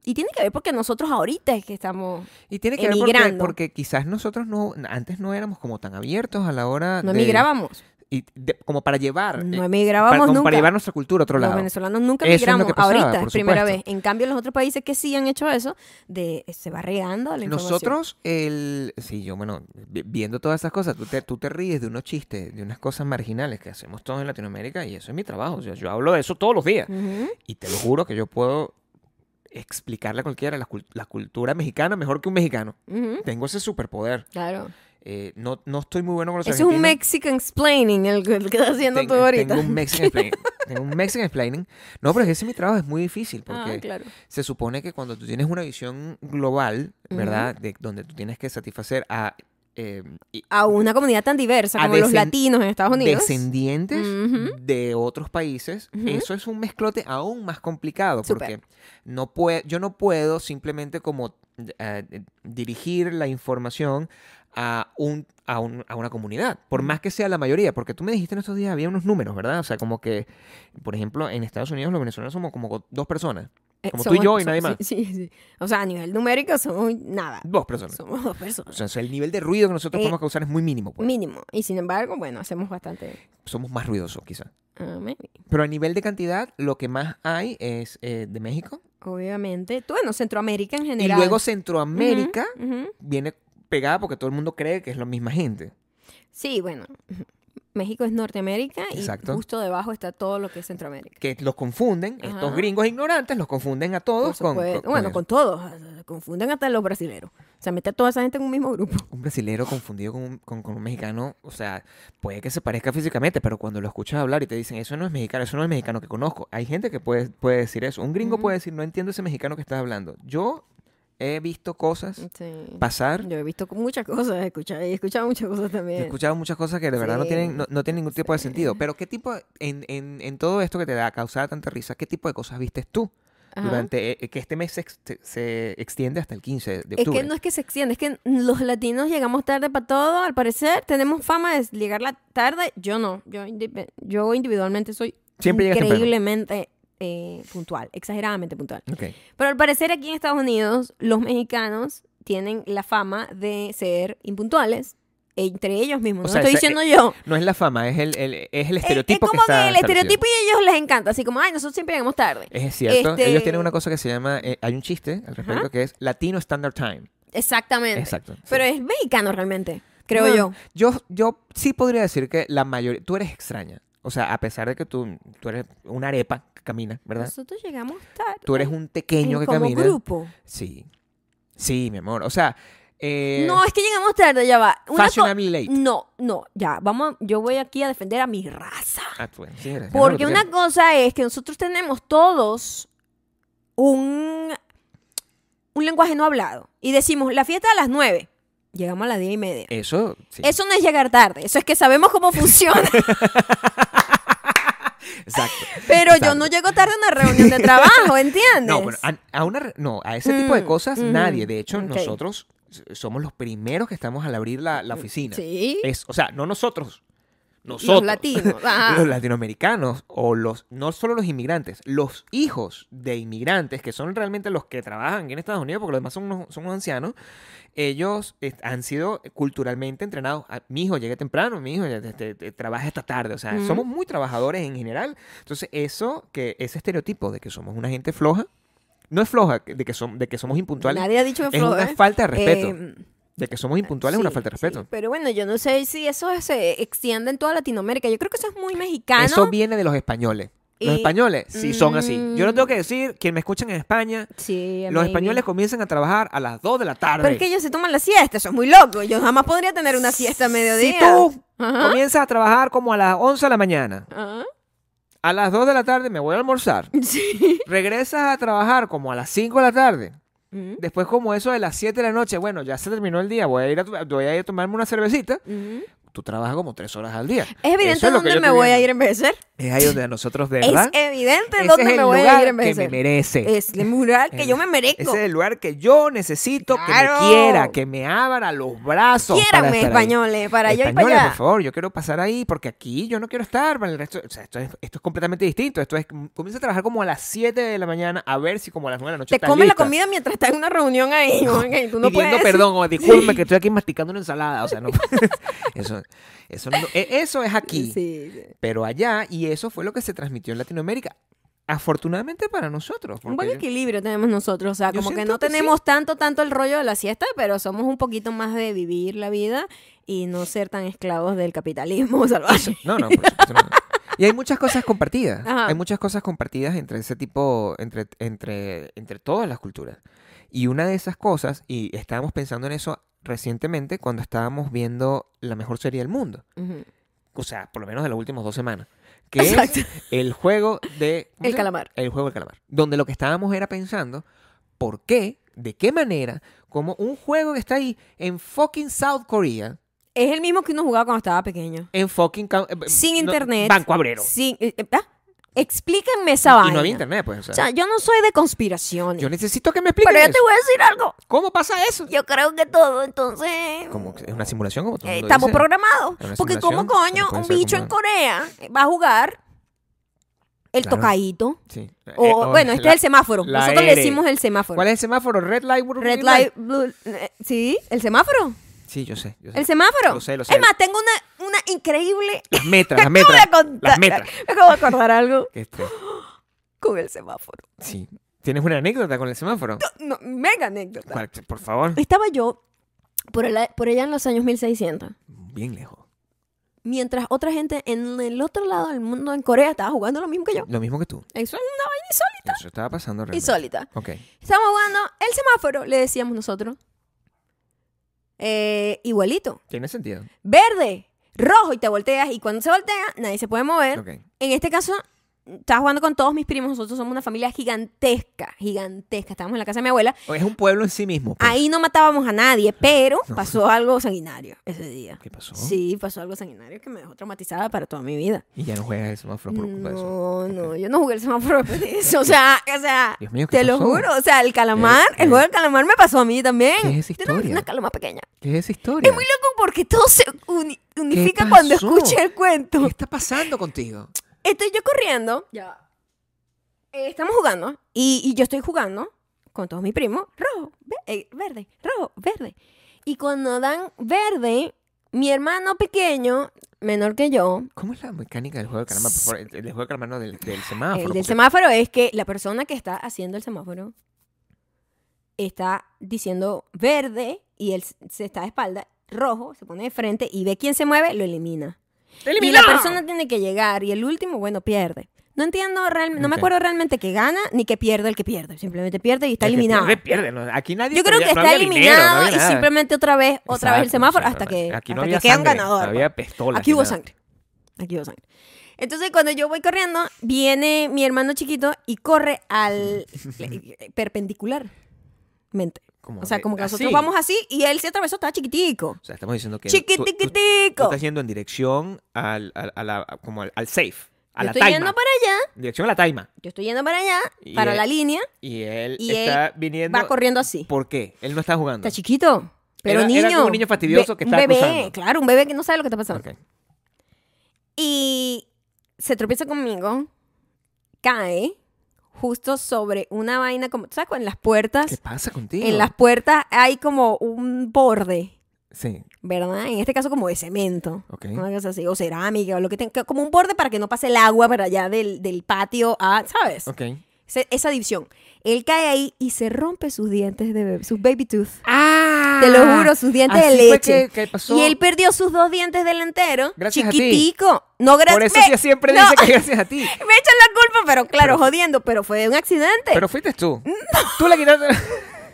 S1: y tiene que ver porque nosotros ahorita es que estamos...
S2: y tiene que ver porque,
S1: emigrando.
S2: porque quizás nosotros no antes no éramos como tan abiertos a la hora
S1: No
S2: de...
S1: emigrábamos.
S2: y de- como para llevar... eh,
S1: No
S2: para,
S1: emigrábamos
S2: como
S1: nunca.
S2: para llevar nuestra cultura a otro
S1: Los
S2: lado.
S1: venezolanos nunca
S2: Eso es lo
S1: migramos.
S2: que pasaba,
S1: Ahorita
S2: por
S1: es primera vez.
S2: supuesto.
S1: En cambio, los otros países que sí han hecho eso, de eh, se va regando la información.
S2: Nosotros, el... Sí, yo, bueno, vi- viendo todas esas cosas, tú te, tú te ríes de unos chistes, de unas cosas marginales que hacemos todos en Latinoamérica y eso es mi trabajo. O sea, yo hablo de eso todos los días.
S1: Ujú.
S2: Y te lo juro que yo puedo explicarle a cualquiera la, cul- la cultura mexicana mejor que un mexicano.
S1: Ujú.
S2: Tengo ese superpoder.
S1: Claro.
S2: Eh, no, no estoy muy bueno con los
S1: Eso es un
S2: argentinos.
S1: Mexican explaining el que el que estás haciendo
S2: Ten-
S1: tú
S2: eh,
S1: ahorita.
S2: Tengo un Mexican explaining. tengo un Mexican explaining. No, pero es que ese mi trabajo es muy difícil porque
S1: *laughs* Ah, claro.
S2: se supone que cuando tú tienes una visión global,
S1: Ujú.
S2: ¿verdad? De, donde tú tienes que satisfacer a eh, y-
S1: A una comunidad tan diversa
S2: A
S1: como los
S2: descend-
S1: latinos en Estados Unidos.
S2: descendientes
S1: Ujú.
S2: de otros países,
S1: Ujú.
S2: eso es un mezclote aún más complicado
S1: Súper.
S2: porque no pue- yo no puedo simplemente como eh, eh, dirigir la información a, un, a, un- a una comunidad, por más que sea la mayoría, porque tú me dijiste en estos días había unos números, ¿verdad? O sea, como que, por ejemplo, en Estados Unidos los venezolanos somos como dos personas,
S1: Eh,
S2: como tú y yo y nadie
S1: so-
S2: más.
S1: Sí, sí, sí. O sea, a nivel numérico somos nada.
S2: dos personas.
S1: Somos dos
S2: O
S1: personas.
S2: sea, el nivel de ruido que nosotros
S1: Eh,
S2: podemos causar es muy mínimo, pues.
S1: Mínimo. Y sin embargo, bueno, hacemos bastante.
S2: somos más ruidosos quizás.
S1: Ah, me-
S2: Pero a nivel de cantidad, lo que más hay es eh, de México,
S1: Obviamente. Tú, bueno, Centroamérica en
S2: Y
S1: general.
S2: luego Centroamérica
S1: Ujú, ujú.
S2: viene pegada porque todo el mundo cree que es la misma gente.
S1: Sí, bueno. *laughs* México es Norteamérica
S2: Exacto.
S1: y justo debajo está todo lo que es Centroamérica.
S2: Que los confunden, estos
S1: Ajá.
S2: gringos ignorantes los confunden a
S1: Por
S2: todos con,
S1: supuesto.
S2: con- con
S1: bueno,
S2: eso.
S1: con todos. Confunden hasta los brasileros. O sea, mete a toda esa gente en un mismo grupo.
S2: Un brasilero confundido con un, con- con un mexicano, o sea, puede que se parezca físicamente, pero cuando lo escuchas hablar y te dicen, eso no es mexicano, eso no es mexicano que conozco, hay gente que puede, puede decir eso. Un gringo
S1: Ujú.
S2: puede decir, no entiendo ese mexicano que estás hablando. Yo he visto cosas
S1: Sí.
S2: pasar
S1: Yo he visto muchas cosas, he escuchado, he escuchado muchas cosas
S2: Yo
S1: también.
S2: He escuchado muchas cosas que de verdad no tienen,
S1: Sí,
S2: no, no tienen ningún tipo de sentido. Pero ¿qué tipo, en, en, en todo esto que te da causada tanta risa, qué tipo de cosas vistes tú
S1: Ajá.
S2: durante eh, que este mes se, ex- se- se extiende hasta el 15 de
S1: Es
S2: octubre?
S1: que no es que se extiende, es que los latinos llegamos tarde para todo, al parecer tenemos fama de llegar la- tarde, yo no, yo, indipe- yo individualmente soy
S2: Siempre este llegas temprano.
S1: increíblemente eh, puntual, exageradamente puntual.
S2: Ok.
S1: Pero al parecer aquí en Estados Unidos los mexicanos tienen la fama de ser impuntuales entre ellos mismos,
S2: O
S1: no
S2: sea,
S1: estoy
S2: esa-
S1: diciendo yo.
S2: No es la fama, es el, el- es el
S1: Es-
S2: estereotipo
S1: es
S2: que
S1: como que,
S2: está
S1: el
S2: establecido.
S1: estereotipo y a ellos les encanta, así como, ay, nosotros siempre llegamos tarde.
S2: Es cierto.
S1: Este-
S2: Ellos tienen una cosa que se llama, eh, hay un chiste al respecto que es Latino Standard Time.
S1: Exactamente.
S2: Exacto. sí. Ah,
S1: Pero es mexicano realmente, creo
S2: Bueno,
S1: yo.
S2: Yo, yo sí podría decir que la mayoría, tú eres extraña. O sea, a pesar de que tú, tú eres una arepa que camina, ¿verdad?
S1: Nosotros llegamos tarde.
S2: Tú eres un pequeño
S1: en-
S2: que
S1: como
S2: camina.
S1: grupo.
S2: Sí. Sí, mi amor. O sea, eh,
S1: No, es que llegamos tarde, ya va. Una co-
S2: fashionably late.
S1: No, no, ya, vamos, a- yo voy aquí a defender a mi raza.
S2: Ah, tú, sí, gracias, no,
S1: Porque
S2: lo que
S1: una
S2: sea.
S1: cosa es que nosotros tenemos todos un, un lenguaje no hablado y decimos la fiesta a las nueve Llegamos a las diez y media.
S2: Eso, sí.
S1: Eso no es llegar tarde, eso es que sabemos cómo
S2: *laughs*
S1: funciona.
S2: Exacto.
S1: Pero yo
S2: Exacto.
S1: no llego tarde a una reunión de trabajo, ¿entiendes?
S2: No, bueno, a, a una, re- no, a ese tipo de
S1: Mm,
S2: cosas
S1: mm,
S2: nadie. De hecho,
S1: ok.
S2: nosotros s- somos los primeros que estamos al abrir la, la oficina.
S1: Mm, Sí.
S2: Es, o sea, no nosotros. Eh, Nosotros.
S1: Los latinos. ajá.
S2: *laughs* Los latinoamericanos o los, no solo los inmigrantes, los hijos de inmigrantes, que son realmente los que trabajan aquí en Estados Unidos, porque los demás son unos, son unos ancianos, ellos eh, han sido culturalmente entrenados. a, mi hijo llegue temprano, mi hijo este, este, trabaja esta tarde. O sea,
S1: Ujú.
S2: somos muy trabajadores en general. Entonces, eso, que ese estereotipo de que somos una gente floja, no es floja, que- de que, son, de que somos impuntuales,
S1: Nadie ha dicho que
S2: es
S1: flojo,
S2: una
S1: ¿eh?
S2: falta de respeto.
S1: Eh,
S2: de que somos impuntuales es una
S1: sí,
S2: falta de
S1: sí,
S2: respeto.
S1: Pero bueno, yo no sé si eso se extiende en toda Latinoamérica. Yo creo que eso es muy mexicano.
S2: Eso viene de los españoles. Los
S1: Y-
S2: españoles sí son así. Yo no
S1: Mm.
S2: tengo que decir, quien me escuchan en España,
S1: Sí,
S2: los
S1: maybe.
S2: españoles comienzan a trabajar a las 2 de la tarde.
S1: Pero es que ellos se toman la siesta, eso es muy loco. Yo jamás podría tener una siesta a mediodía.
S2: Si tú
S1: Ajá.
S2: comienzas a trabajar como a las 11 de la mañana,
S1: Ajá.
S2: a las 2 de la tarde me voy a
S1: *laughs*
S2: almorzar, *laughs*
S1: Sí.
S2: regresas a trabajar como a las 5 de la tarde,
S1: Mm,
S2: después como eso de las 7 de la noche, bueno, ya se terminó el día, voy a ir a, tu- voy a, ir a tomarme una cervecita,
S1: mm.
S2: tú trabajas como 3 horas al día.
S1: Es
S2: Eso
S1: evidente
S2: es lo que
S1: dónde
S2: yo
S1: me
S2: estoy
S1: voy a
S2: viendo.
S1: ir a envejecer.
S2: Es ahí donde a nosotros, de ¿verdad?
S1: Es evidente
S2: Ese
S1: dónde
S2: es el
S1: me voy a ir a
S2: lugar que me
S1: envejecer.
S2: merece.
S1: Es el mural que yo me merezco.
S2: Ese es el lugar que yo necesito
S1: Claro.
S2: que me quiera, que me abra los brazos. para
S1: Quieranme,
S2: estar ahí.
S1: españoles, para yo ir
S2: Españoles,
S1: para
S2: por
S1: allá.
S2: favor, yo quiero pasar ahí porque aquí yo no quiero estar. para el resto- o sea, esto, es, esto es completamente distinto. Esto es, comienza a trabajar como a las 7 de la mañana, a ver si como a las 9 de la noche
S1: Te
S2: estás
S1: comes la
S2: lista,
S1: comida mientras estás en una reunión ahí.
S2: *laughs*
S1: ok, Tú no
S2: pidiendo
S1: puedes.
S2: perdón
S1: *laughs*
S2: o disculpe que estoy aquí masticando una ensalada. O sea, no. *laughs* eso, eso, no- e- eso es aquí,
S1: Sí, sí.
S2: pero allá, y eso fue lo que se transmitió en Latinoamérica. Afortunadamente para nosotros.
S1: Un
S2: porque
S1: buen
S2: yo-
S1: equilibrio tenemos nosotros, o sea,
S2: Yo
S1: como que
S2: siento
S1: no
S2: que sí.
S1: tenemos tanto, tanto el rollo de la siesta, pero somos un poquito más de vivir la vida y no ser tan esclavos del capitalismo *laughs* salvaje.
S2: No, no, por supuesto no. Y hay muchas cosas compartidas.
S1: Ajá.
S2: Hay muchas cosas compartidas entre ese tipo, entre, entre, entre todas las culturas. Y una de esas cosas, y estábamos pensando en eso recientemente cuando estábamos viendo la mejor serie del mundo.
S1: Ujú.
S2: O sea, por lo menos de las últimas dos semanas. Que
S1: Exacto.
S2: es el juego de... ¿cómo se
S1: El
S2: llama?
S1: calamar.
S2: El juego del calamar. Donde lo que estábamos era pensando, ¿por qué? ¿De qué manera? Como un juego que está ahí en fucking South Korea,
S1: Es el mismo que uno jugaba cuando estaba pequeño.
S2: en fucking... ca- eh,
S1: Sin internet.
S2: Banco Abrero.
S1: Sí, eh, eh, ah, Explíquenme esa vaina.
S2: Y no había internet, pues. O sea,
S1: O sea, yo no soy de conspiraciones.
S2: yo necesito que me expliques.
S1: Pero yo te
S2: eso.
S1: voy a decir algo.
S2: ¿Cómo pasa eso?
S1: Yo creo que todo, entonces.
S2: Como que es una simulación como todo el
S1: eh,
S2: mundo
S1: estamos
S2: dice.
S1: programados.
S2: Una
S1: Porque, ¿cómo
S2: simulación,
S1: coño
S2: no puede
S1: un
S2: ser
S1: bicho en
S2: como-
S1: Corea va a jugar el
S2: Claro.
S1: tocadito?
S2: Sí.
S1: O,
S2: Eh, o
S1: bueno, este
S2: la-
S1: es el semáforo.
S2: la
S1: Nosotros le
S2: R.
S1: decimos el semáforo.
S2: ¿Cuál es el semáforo? Red light, blue
S1: Red light, blue. eh, sí, el semáforo.
S2: Sí, yo sé. yo sé.
S1: El semáforo.
S2: Lo sé, lo sé.
S1: Es más, tengo una, una increíble.
S2: Las
S1: *laughs*
S2: metras, las
S1: Me acabo
S2: metras.
S1: de contar-
S2: Las metras.
S1: Me acabo de acordar algo
S2: Qué estrés.
S1: con el semáforo.
S2: Sí. ¿Tienes una anécdota con el semáforo?
S1: No, mega anécdota.
S2: Cual- Por favor.
S1: Estaba yo por, el- por allá en los años 1600.
S2: Bien lejos.
S1: Mientras otra gente en el otro lado del mundo, en Corea, estaba jugando lo mismo que yo.
S2: Lo mismo que tú.
S1: Eso es una vaina insólita.
S2: Eso estaba pasando realmente.
S1: Insólita.
S2: Ok.
S1: Estábamos jugando el semáforo, le decíamos nosotros. Eh, igualito.
S2: Tiene sentido.
S1: verde, rojo y te volteas y cuando se voltea nadie se puede mover.
S2: Ok.
S1: En este caso, estaba jugando con todos mis primos, nosotros somos una familia gigantesca, gigantesca, estábamos en la casa de mi abuela,
S2: O Es un pueblo en sí mismo. pues.
S1: ahí no matábamos a nadie, pero
S2: No.
S1: pasó algo sanguinario ese día.
S2: ¿Qué pasó?
S1: Sí, pasó algo sanguinario que me dejó traumatizada para toda mi vida.
S2: Y ya no juegas el semáforo por culpa de eso.
S1: No, no, yo no jugué el semáforo *laughs* después de eso. O sea, o sea,
S2: Dios mío, ¿qué
S1: te lo
S2: pasó?
S1: juro. O sea, el calamar,
S2: ¿Qué?
S1: el juego del calamar me pasó a mí también.
S2: ¿Qué es esa
S1: Yo era
S2: historia?
S1: Una caloma pequeña.
S2: ¿Qué es esa historia?
S1: Es muy loco porque todo se uni- unifica
S2: pasó?
S1: cuando escucha el cuento.
S2: ¿Qué está pasando contigo?
S1: Estoy yo corriendo. Ya. Eh, estamos jugando. Y, y yo estoy jugando con todos mis primos. Rojo, ve- eh, verde, rojo, verde. Y cuando dan verde, mi hermano pequeño, menor que yo,
S2: ¿Cómo es la mecánica del juego de calamar? Por favor, el, el juego de calamar no, del, del semáforo.
S1: el del
S2: porque-
S1: semáforo es que la persona que está haciendo el semáforo está diciendo verde y él s- se está de espalda, rojo, se pone de frente y ve quién se mueve, lo elimina. Y la persona tiene que llegar y el último, bueno, pierde. No entiendo realmente, no me
S2: Ok.
S1: acuerdo realmente que gana ni que pierde el que pierde. Simplemente pierde y está
S2: El que
S1: eliminado.
S2: Pierde, pierde. no, Aquí nadie
S1: Yo creo que
S2: tenía- no
S1: está
S2: había dinero, no
S1: eliminado
S2: había
S1: y
S2: nada.
S1: simplemente otra vez, otra vez el
S2: Exacto,
S1: semáforo
S2: sí,
S1: hasta
S2: no,
S1: que,
S2: Aquí no
S1: hasta
S2: había
S1: que queda un
S2: sangre,
S1: ganador. pues.
S2: no había pistola.
S1: Aquí hubo sangre. Aquí hubo sangre. Entonces, cuando yo voy corriendo, viene
S2: *laughs*
S1: mi hermano chiquito y corre al le- perpendicularmente
S2: Como
S1: O sea,
S2: de-
S1: como que nosotros
S2: así.
S1: vamos así y él se atravesó, estaba chiquitico.
S2: O sea, estamos diciendo que. tú- tú- Tú,
S1: Chiquitiquitico.
S2: estás yendo en dirección al, al- a la- a- como al, al safe. A
S1: Yo
S2: la
S1: estoy
S2: taima.
S1: yendo pues? para allá,
S2: Dirección a la taima.
S1: yo estoy yendo para allá,
S2: Y
S1: para
S2: él-
S1: la línea,
S2: Y él
S1: Y él
S2: está viniendo.
S1: va corriendo así.
S2: ¿Por qué? Él no está jugando.
S1: Está chiquito. Pero
S2: Era-
S1: niño.
S2: era como un niño fastidioso
S1: Ve-
S2: que
S1: un
S2: estaba
S1: bebé,
S2: cruzando.
S1: claro, un bebé que no sabe lo que está pasando.
S2: Ok.
S1: Y se tropieza conmigo, cae justo sobre una vaina como, ¿tú sabes? cuando En las
S2: ¿Qué
S1: puertas,
S2: pasa contigo?
S1: en las puertas hay como un borde,
S2: Sí,
S1: ¿verdad? En este caso como de cemento.
S2: ok.
S1: Una cosa así, o cerámica, o lo que tenga, como un borde para que no pase el agua para allá del, del patio a, ¿sabes?
S2: Ok.
S1: Ese- Esa división. Él cae ahí y se rompe sus dientes de bebé, sus baby tooth.
S2: ¡Ah!
S1: Te lo juro, sus dientes de
S2: Así fue
S1: leche.
S2: que- que pasó.
S1: Y él perdió sus dos dientes delanteros.
S2: Gracias a ti.
S1: chiquitico. No, gracias.
S2: Por eso ella siempre
S1: no.
S2: dice que gracias a
S1: *laughs*
S2: ti.
S1: Me echan la culpa, pero claro,
S2: Pero-
S1: jodiendo, pero fue de un accidente.
S2: Pero fuiste tú. Tú le quitaste, *laughs*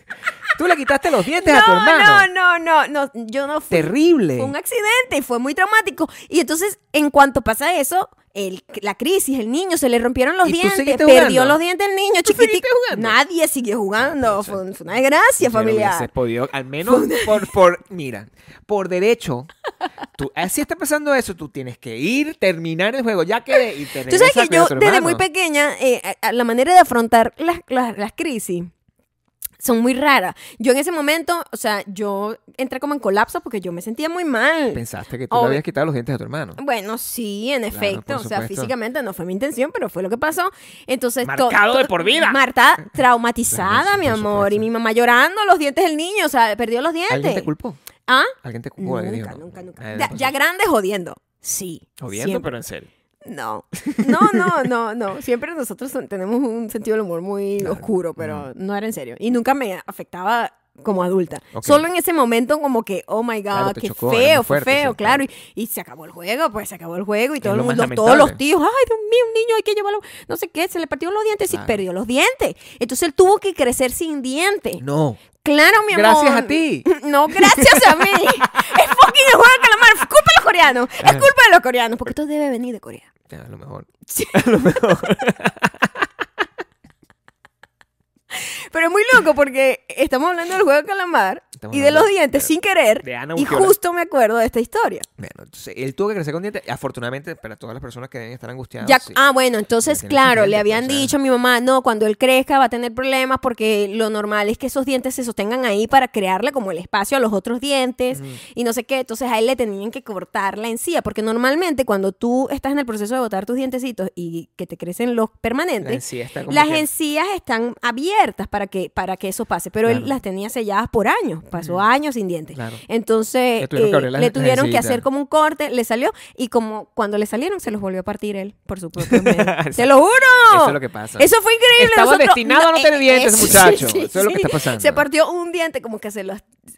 S2: tú le quitaste los dientes a tu
S1: no,
S2: hermano.
S1: no, no, no, no, yo no fui.
S2: Terrible.
S1: Fue un accidente y fue muy traumático. Y entonces, en cuanto pasa eso, el- la crisis, el niño, se le rompieron los
S2: ¿Y tú
S1: dientes,
S2: seguiste
S1: perdió
S2: jugando?
S1: los dientes el niño,
S2: ¿Tú seguiste
S1: chiquitico.
S2: jugando? Ah,
S1: Nadie siguió jugando, fue, un- fue una desgracia
S2: Pero hubieses
S1: familiar.
S2: podido, al menos por, por, mira, por derecho, tú, ah, si está pasando eso, tú tienes que ir, terminar el juego, ya que y te
S1: Tú sabes
S2: regresas a
S1: que
S2: cuidar
S1: yo
S2: a tu
S1: desde
S2: hermano.
S1: muy pequeña, eh, a- a la manera de afrontar las, las- las crisis son muy raras. Yo en ese momento, o sea, yo entré como en colapso porque yo me sentía muy mal.
S2: Pensaste que tú
S1: Obvio.
S2: le habías quitado los dientes a tu hermano.
S1: Bueno, sí, en
S2: Claro,
S1: efecto.
S2: por
S1: O sea,
S2: supuesto.
S1: físicamente no fue mi intención, pero fue lo que pasó. Entonces, to-
S2: Marcado
S1: to-
S2: de por vida.
S1: Marta traumatizada,
S2: Claro, sí,
S1: mi
S2: por
S1: amor.
S2: supuesto.
S1: Y mi mamá llorando, los dientes del niño. O sea, perdió los dientes.
S2: ¿Alguien te culpó?
S1: ¿Ah?
S2: ¿Alguien te culpó?
S1: Nunca,
S2: Alguien dijo,
S1: nunca,
S2: no,
S1: nunca,
S2: nadie le
S1: Ya,
S2: pasó.
S1: ya grande jodiendo. Sí.
S2: Eh, Jodiendo,
S1: siempre.
S2: pero en serio.
S1: No. No, no, no, no. Siempre nosotros son- tenemos un sentido del humor muy oscuro, pero no era en serio. Y nunca me afectaba como adulta.
S2: Ok.
S1: Solo en ese momento como que, oh my god,
S2: Claro, te
S1: qué
S2: chocó, era
S1: feo,
S2: muy
S1: fue
S2: fuerte,
S1: feo,
S2: sí,
S1: claro. Y, y se acabó el juego, pues se acabó el juego y todo el
S2: Es lo más
S1: mundo, todos los
S2: lamentable.
S1: tíos, ay Dios mío, un niño hay que llevarlo, no sé qué, se le partieron los dientes
S2: Claro.
S1: y perdió los dientes. Entonces él tuvo que crecer sin dientes.
S2: No.
S1: Claro, mi amor.
S2: Gracias a ti.
S1: *laughs* No, gracias a mí. es
S2: *laughs*
S1: fucking el juego de calamar. Es culpa de los coreanos. Es culpa de los coreanos. Porque esto debe venir de Corea.
S2: Ya, a lo mejor.
S1: Pero es muy loco porque estamos hablando del juego de calamar
S2: Estamos
S1: y de los
S2: hablando
S1: dientes
S2: de-
S1: sin querer.
S2: de Ana
S1: y
S2: Urquiola.
S1: justo me acuerdo de esta historia.
S2: Bueno, entonces, él tuvo que crecer con dientes. Afortunadamente, para todas las personas que deben estar angustiadas.
S1: Ya-
S2: sí.
S1: Ah, bueno, entonces,
S2: Ya tiene sus
S1: claro, le
S2: dientes,
S1: habían
S2: o sea.
S1: dicho a mi mamá, no, cuando él crezca va a tener problemas porque lo normal es que esos dientes se sostengan ahí para crearle como el espacio a los otros
S2: Mm.
S1: dientes y no sé qué. Entonces a él le tenían que cortar la encía porque normalmente cuando tú estás en el proceso de botar tus dientecitos y que te crecen los
S2: La
S1: permanentes,
S2: encía está como
S1: las
S2: que-
S1: encías están abiertas para que, para que eso pase, pero él
S2: Claro.
S1: las tenía selladas por años, pasó años sin dientes.
S2: Claro.
S1: Entonces
S2: Le tuvieron que
S1: eh,
S2: abrir las-
S1: le
S2: las
S1: tuvieron que
S2: encillitas.
S1: hacer como un corte, le salió y como cuando le salieron se los volvió a partir él por su propio
S2: *laughs*
S1: medio. ¡Te lo juro!
S2: Eso es lo que pasa.
S1: Eso fue increíble.
S2: Estaba
S1: Nosotros- eh,
S2: destinado a no tener dientes,
S1: sí,
S2: muchacho. Eso es lo que está pasando.
S1: Se partió un diente, como que se lo,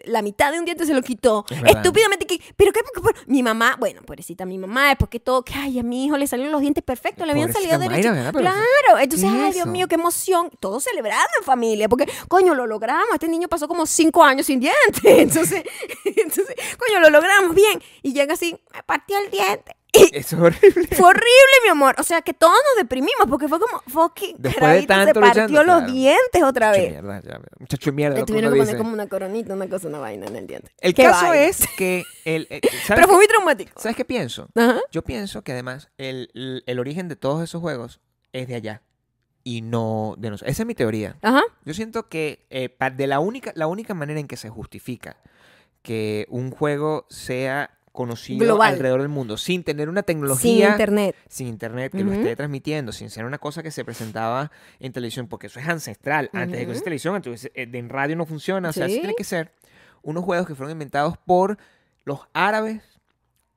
S1: la mitad de un diente se lo quitó.
S2: Es verdad.
S1: Estúpidamente que, pero qué, por- por- mi mamá, bueno, pobrecita, mi mamá, es porque todo, que ay, a mi hijo le salieron los dientes perfectos, le habían
S2: Pobrecita
S1: salido derechos.
S2: Mayra, ¿verdad? Pero-
S1: Claro, entonces,
S2: ¿Qué es
S1: ay, Dios
S2: eso?
S1: mío, qué emoción. Todo celebrando en familia, porque, coño, lo logramos. Este niño pasó como cinco años sin dientes. *laughs* Entonces, entonces coño, lo logramos bien. Y llega así, me partió el diente. *laughs* Y,
S2: Eso
S1: *laughs*
S2: es horrible.
S1: fue horrible, mi amor. O sea, que todos nos deprimimos porque fue como, fucking,
S2: Después de
S1: carajito, se
S2: tanto
S1: partió
S2: luchando,
S1: los
S2: claro.
S1: dientes otra
S2: Muchacho
S1: vez.
S2: mierda, ya, muchacho mierda.
S1: Le
S2: lo que uno
S1: tuvieron que poner
S2: dice.
S1: como una coronita, una cosa, una vaina en el diente.
S2: El
S1: Qué
S2: caso
S1: vaina.
S2: es que el,
S1: *laughs*
S2: eh, ¿sabes,
S1: Pero fue muy traumático.
S2: ¿sabes qué pienso?
S1: Ajá.
S2: Yo pienso que además el, el- el origen de todos esos juegos es de allá y no de nosotros. Esa es mi teoría.
S1: Ajá.
S2: Yo siento que eh, pa- de la única, la única manera en que se justifica que un juego sea conocido
S1: Global.
S2: alrededor del mundo sin tener una
S1: Sin
S2: tecnología
S1: internet.
S2: sin internet, que lo
S1: Ujú.
S2: esté transmitiendo, sin ser una cosa que se presentaba en televisión, porque eso es ancestral. Antes de que
S1: Ujú.
S2: hubiese televisión, antes de que hubiese- en radio no funciona. O sea, así
S1: Sí.
S2: tiene que ser unos juegos que fueron inventados por los árabes,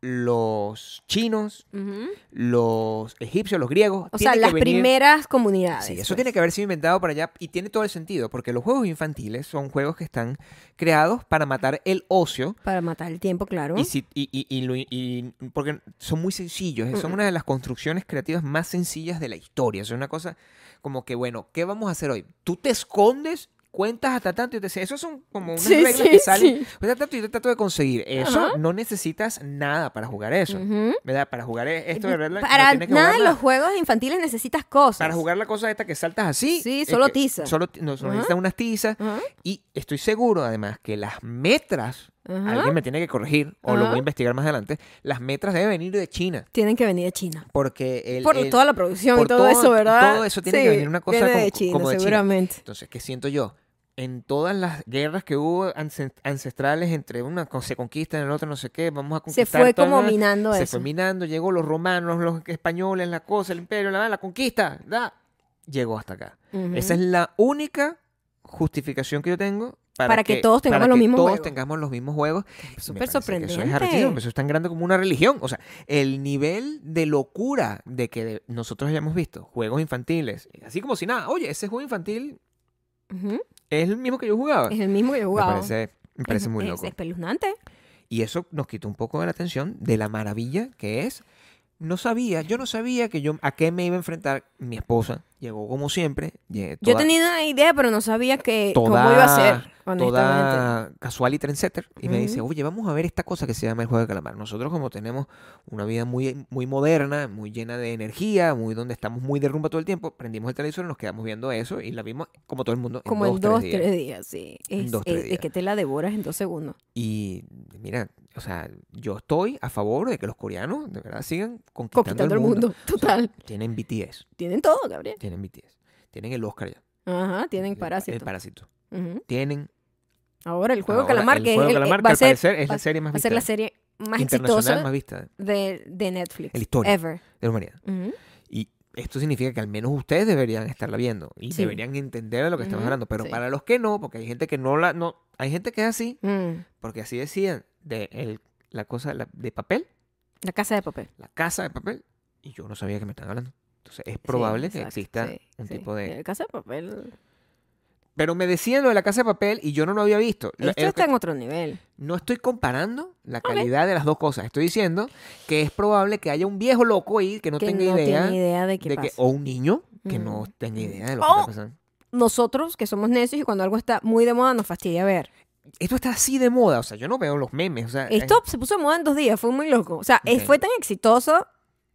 S2: los chinos,
S1: Ujú.
S2: los egipcios, los griegos.
S1: O sea,
S2: Tiene
S1: las
S2: que venir-
S1: primeras comunidades.
S2: Sí, eso
S1: pues.
S2: tiene que haber sido inventado para allá y tiene todo el sentido, porque los juegos infantiles son juegos que están creados para matar el ocio
S1: Para matar el tiempo, claro.
S2: y, si- y- y- y lo- y- porque son muy sencillos, eh, son
S1: Mm.
S2: una de las construcciones creativas más sencillas de la historia. Es una cosa como que, bueno, ¿qué vamos a hacer hoy? Tú te escondes cuentas hasta tanto y te Eso son como unas
S1: Sí,
S2: reglas
S1: sí,
S2: que salen.
S1: sí.
S2: Cuentas tanto y yo trato de conseguir. Eso
S1: Ajá.
S2: no necesitas nada para jugar eso.
S1: Ujú.
S2: ¿Verdad? Para jugar e- esto de verdad.
S1: Para
S2: no tienes que
S1: nada
S2: jugar
S1: de los juegos infantiles necesitas cosas.
S2: Para jugar la cosa esta que saltas así.
S1: Sí,
S2: es
S1: solo
S2: que
S1: tiza.
S2: Solo ti- no, solo
S1: Ajá.
S2: necesitas unas tizas.
S1: Ajá,
S2: Y estoy seguro, además, que las metras.
S1: ajá.
S2: Alguien me tiene que corregir, o lo
S1: Ajá.
S2: voy a investigar más adelante. Las metras deben venir de China.
S1: Tienen que venir de China.
S2: Porque el,
S1: por
S2: el-
S1: toda la producción
S2: por
S1: y todo,
S2: todo-
S1: eso, ¿verdad?
S2: todo eso tiene que venir una cosa
S1: viene
S2: como-
S1: de China,
S2: como de China.
S1: seguramente.
S2: Entonces, ¿qué siento yo? En todas las guerras que hubo ancest- ancestrales entre una co- se conquista, en el otro no sé qué, vamos a
S1: Se
S2: conquistar.
S1: fue
S2: todas
S1: como
S2: las-
S1: minando
S2: Se
S1: eso.
S2: fue minando, llegó los romanos, los españoles, la cosa, el imperio, la, la conquista, da, llegó hasta acá.
S1: Ujú.
S2: Esa es la única justificación que yo tengo para,
S1: Para que todos tengamos
S2: para
S1: los
S2: que
S1: mismos
S2: todos
S1: juegos.
S2: tengamos los mismos juegos. Me
S1: Súper
S2: parece que
S1: sorprendente.
S2: Eso es artísimo, eso es tan grande como una religión. O sea, el nivel de locura de que de- nosotros hayamos visto juegos infantiles, así como si nada, oye, ese juego infantil
S1: Ujú.
S2: es el mismo que yo jugaba.
S1: Es el mismo que yo
S2: Me
S1: jugaba.
S2: parece, me parece
S1: Es-
S2: muy
S1: es
S2: loco.
S1: espeluznante.
S2: Y eso nos quitó un poco de la atención de la maravilla que es. No sabía, yo no sabía que yo a qué me iba a enfrentar. Mi esposa llegó como siempre. lle-
S1: Yo
S2: toda-
S1: tenía una idea, pero no sabía que
S2: toda-
S1: cómo iba a ser, honestamente.
S2: toda casual y trendsetter y me dice,
S1: Ujú.
S2: oye, vamos a ver esta cosa que se llama el juego de calamar. Nosotros como tenemos una vida muy, muy moderna, muy llena de energía, muy donde estamos muy de rumba todo el tiempo, prendimos el televisor y nos quedamos viendo eso y la vimos como todo el mundo en
S1: Como
S2: dos,
S1: en
S2: tres
S1: dos,
S2: días.
S1: tres días, sí.
S2: En
S1: Es,
S2: dos, tres
S1: es- es
S2: días.
S1: que te la devoras en dos segundos.
S2: Y mira, o sea, yo estoy a favor de que los coreanos de verdad sigan conquistando,
S1: Conquistando el mundo. *laughs* Total.
S2: Tienen BTS,
S1: Tienen todo, Gabriel.
S2: tienen BTS. Tienen el Oscar ya.
S1: Ajá, tienen
S2: el pa- El
S1: parásito.
S2: parásito.
S1: Ujú.
S2: Tienen
S1: Ahora el juego
S2: ahora
S1: calamar,
S2: el
S1: que es
S2: juego
S1: el- eh,
S2: calamar, que
S1: va a
S2: al
S1: ser,
S2: parecer es
S1: va-
S2: la serie más
S1: va a ser
S2: vista.
S1: la serie más
S2: internacional
S1: exitosa
S2: más vista
S1: de, de Netflix.
S2: En la historia.
S1: Ever.
S2: de la humanidad.
S1: Ujú.
S2: Y esto significa que al menos ustedes deberían estarla viendo y
S1: Sí.
S2: deberían entender de lo que estamos
S1: Ujú,
S2: hablando. Pero
S1: sí.
S2: para los que no, porque hay gente que no la, no, hay gente que es así,
S1: Mm.
S2: porque así decían de el- la cosa la- de papel,
S1: La casa de papel.
S2: la casa de papel, y yo no sabía que me están hablando. Entonces es probable
S1: Sí,
S2: que
S1: exacto,
S2: exista
S1: sí,
S2: un
S1: sí. eh.
S2: tipo de.
S1: La casa de papel.
S2: Pero me decían lo de la casa de papel y yo no lo había visto. Lo-
S1: Esto
S2: es lo
S1: está
S2: que-
S1: en otro nivel.
S2: No estoy comparando la calidad de las dos cosas. Estoy diciendo que es probable que haya un viejo loco ahí que no
S1: que
S2: tenga
S1: no
S2: idea
S1: tiene idea de qué
S2: de
S1: pasa.
S2: que o un niño que no
S1: Ujú.
S2: tenga idea de lo que
S1: Oh.
S2: está pasando.
S1: Nosotros, que somos necios y cuando algo está muy de moda nos fastidia ver.
S2: esto está así de moda. O sea, yo no veo los memes. O sea,
S1: Esto se puso de moda en dos días, fue muy loco. O sea, eh,
S2: Ah, eh. Ok.
S1: fue tan exitoso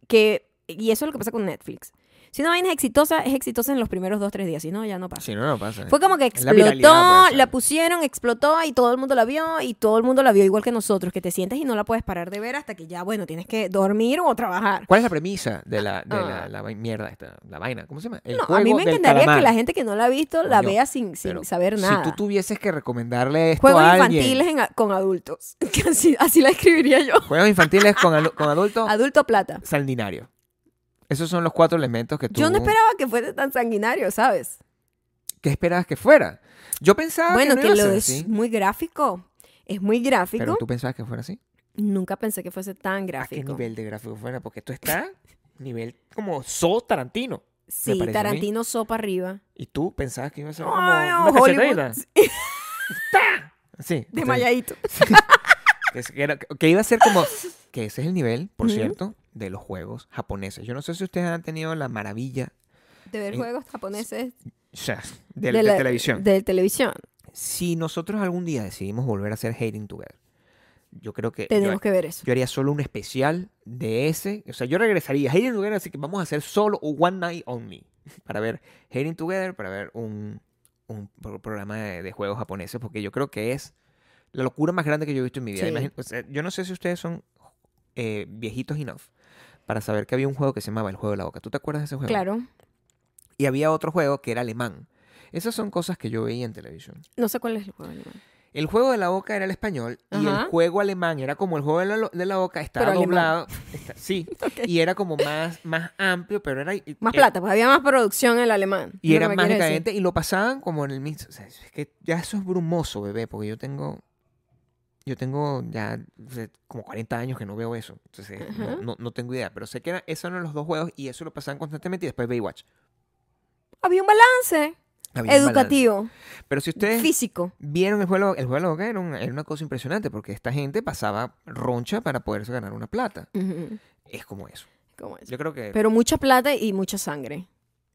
S1: que... Y eso es lo que pasa con Netflix. Si una vaina es exitosa, es exitosa en los primeros dos, tres días. Si no, ya no
S2: es-
S1: pasa.
S2: Sí, no, no pasa.
S1: Fue como que
S2: Es la viralidad,
S1: explotó,
S2: pues,
S1: la
S2: ¿sabes?
S1: pusieron, explotó y todo el mundo la vio y todo el mundo la vio igual que nosotros, que te sientes y no la puedes parar de ver hasta que ya, bueno, tienes que dormir o trabajar.
S2: ¿Cuál es la premisa de la, de la,
S1: Ah.
S2: la vai- mierda esta? La vaina. ¿Cómo se llama? El
S1: No, a
S2: juego
S1: mí me
S2: del
S1: encantaría que
S2: calamar.
S1: la gente que no la ha visto la
S2: Coño,
S1: vea sin, sin
S2: Pero
S1: saber nada.
S2: Si tú tuvieses que recomendarle esto
S1: Juegos
S2: a alguien.
S1: infantiles en a- con adultos. *laughs* Que así, así la escribiría yo.
S2: Juegos infantiles con, adu-
S1: *laughs*
S2: con adultos
S1: Adulto plata.
S2: sanguinarios. Esos son los cuatro elementos que tú...
S1: Yo no esperaba que fuese tan sanguinario, ¿sabes?
S2: ¿Qué esperabas que fuera? Yo pensaba
S1: bueno,
S2: Ah, que
S1: que
S2: no iba a
S1: lo
S2: ser
S1: es
S2: así.
S1: muy gráfico. Es muy gráfico.
S2: Pero tú pensabas que fuera así.
S1: Nunca pensé que fuese tan
S2: ¿A qué
S1: gráfico.
S2: nivel de gráfico fuera? Porque esto está nivel como So Tarantino.
S1: Sí,
S2: parece a mí.
S1: Tarantino sopa arriba.
S2: Y tú pensabas que iba a ser como
S1: Ay,
S2: una
S1: oh, Hollywood.
S2: cachetadita. ¡Ta! Sí.
S1: De
S2: entonces,
S1: Mayadito.
S2: que es- que era- que iba a
S1: *laughs*
S2: ser como... Que ese es el nivel, por
S1: Ujú.
S2: cierto, de los juegos japoneses. Yo no sé si ustedes han tenido la maravilla
S1: De ver
S2: En-
S1: juegos japoneses.
S2: o sea, de,
S1: de
S2: de
S1: la-
S2: televisión.
S1: De televisión.
S2: Si nosotros algún día decidimos volver a hacer Hating Together, yo creo que... Eh, Yo,
S1: Tenemos que ver eso.
S2: yo haría solo un especial de ese. O sea, yo regresaría a Hating Together, así que vamos a hacer solo One Night Only. *laughs* Para ver Hating Together, para ver un, un pro- programa de, de juegos japoneses, porque yo creo que es la locura más grande que yo he visto en mi vida.
S1: Sí.
S2: Imagin- o sea, yo no sé si ustedes son eh, viejitos enough para saber que había un juego que se llamaba El Juego de la Boca. ¿Tú te acuerdas de ese juego?
S1: Claro.
S2: Y había otro juego que era alemán. Esas son cosas que yo veía en televisión.
S1: No sé cuál es el juego. animal.
S2: *laughs* El juego de la boca era el español y
S1: Ajá.
S2: el juego alemán era como el juego de la, de la boca, estaba
S1: Pero alemán.
S2: doblado. está- sí, y era como más, más amplio, pero era. y-
S1: Más
S2: eh,
S1: plata, pues había más producción en el alemán.
S2: Y
S1: Es
S2: era
S1: lo que
S2: más
S1: quiero decir.
S2: decadente y lo pasaban como en el mismo. o sea, es que ya eso es brumoso, bebé, porque yo tengo. Yo tengo ya o sea, como 40 años que no veo eso. Entonces,
S1: Ajá.
S2: no, no- no tengo idea. Pero sé que era, esos eran los dos juegos y eso lo pasaban constantemente y después Baywatch.
S1: Había un balance
S2: Había un balance.
S1: educativo,
S2: Pero si ustedes
S1: físico.
S2: vieron el juego, el juego de la boca era una, era una cosa impresionante porque esta gente pasaba roncha para poderse ganar una plata.
S1: Ujú.
S2: Es como eso.
S1: ¿Cómo es?
S2: Yo creo que
S1: Pero mucha plata y mucha sangre.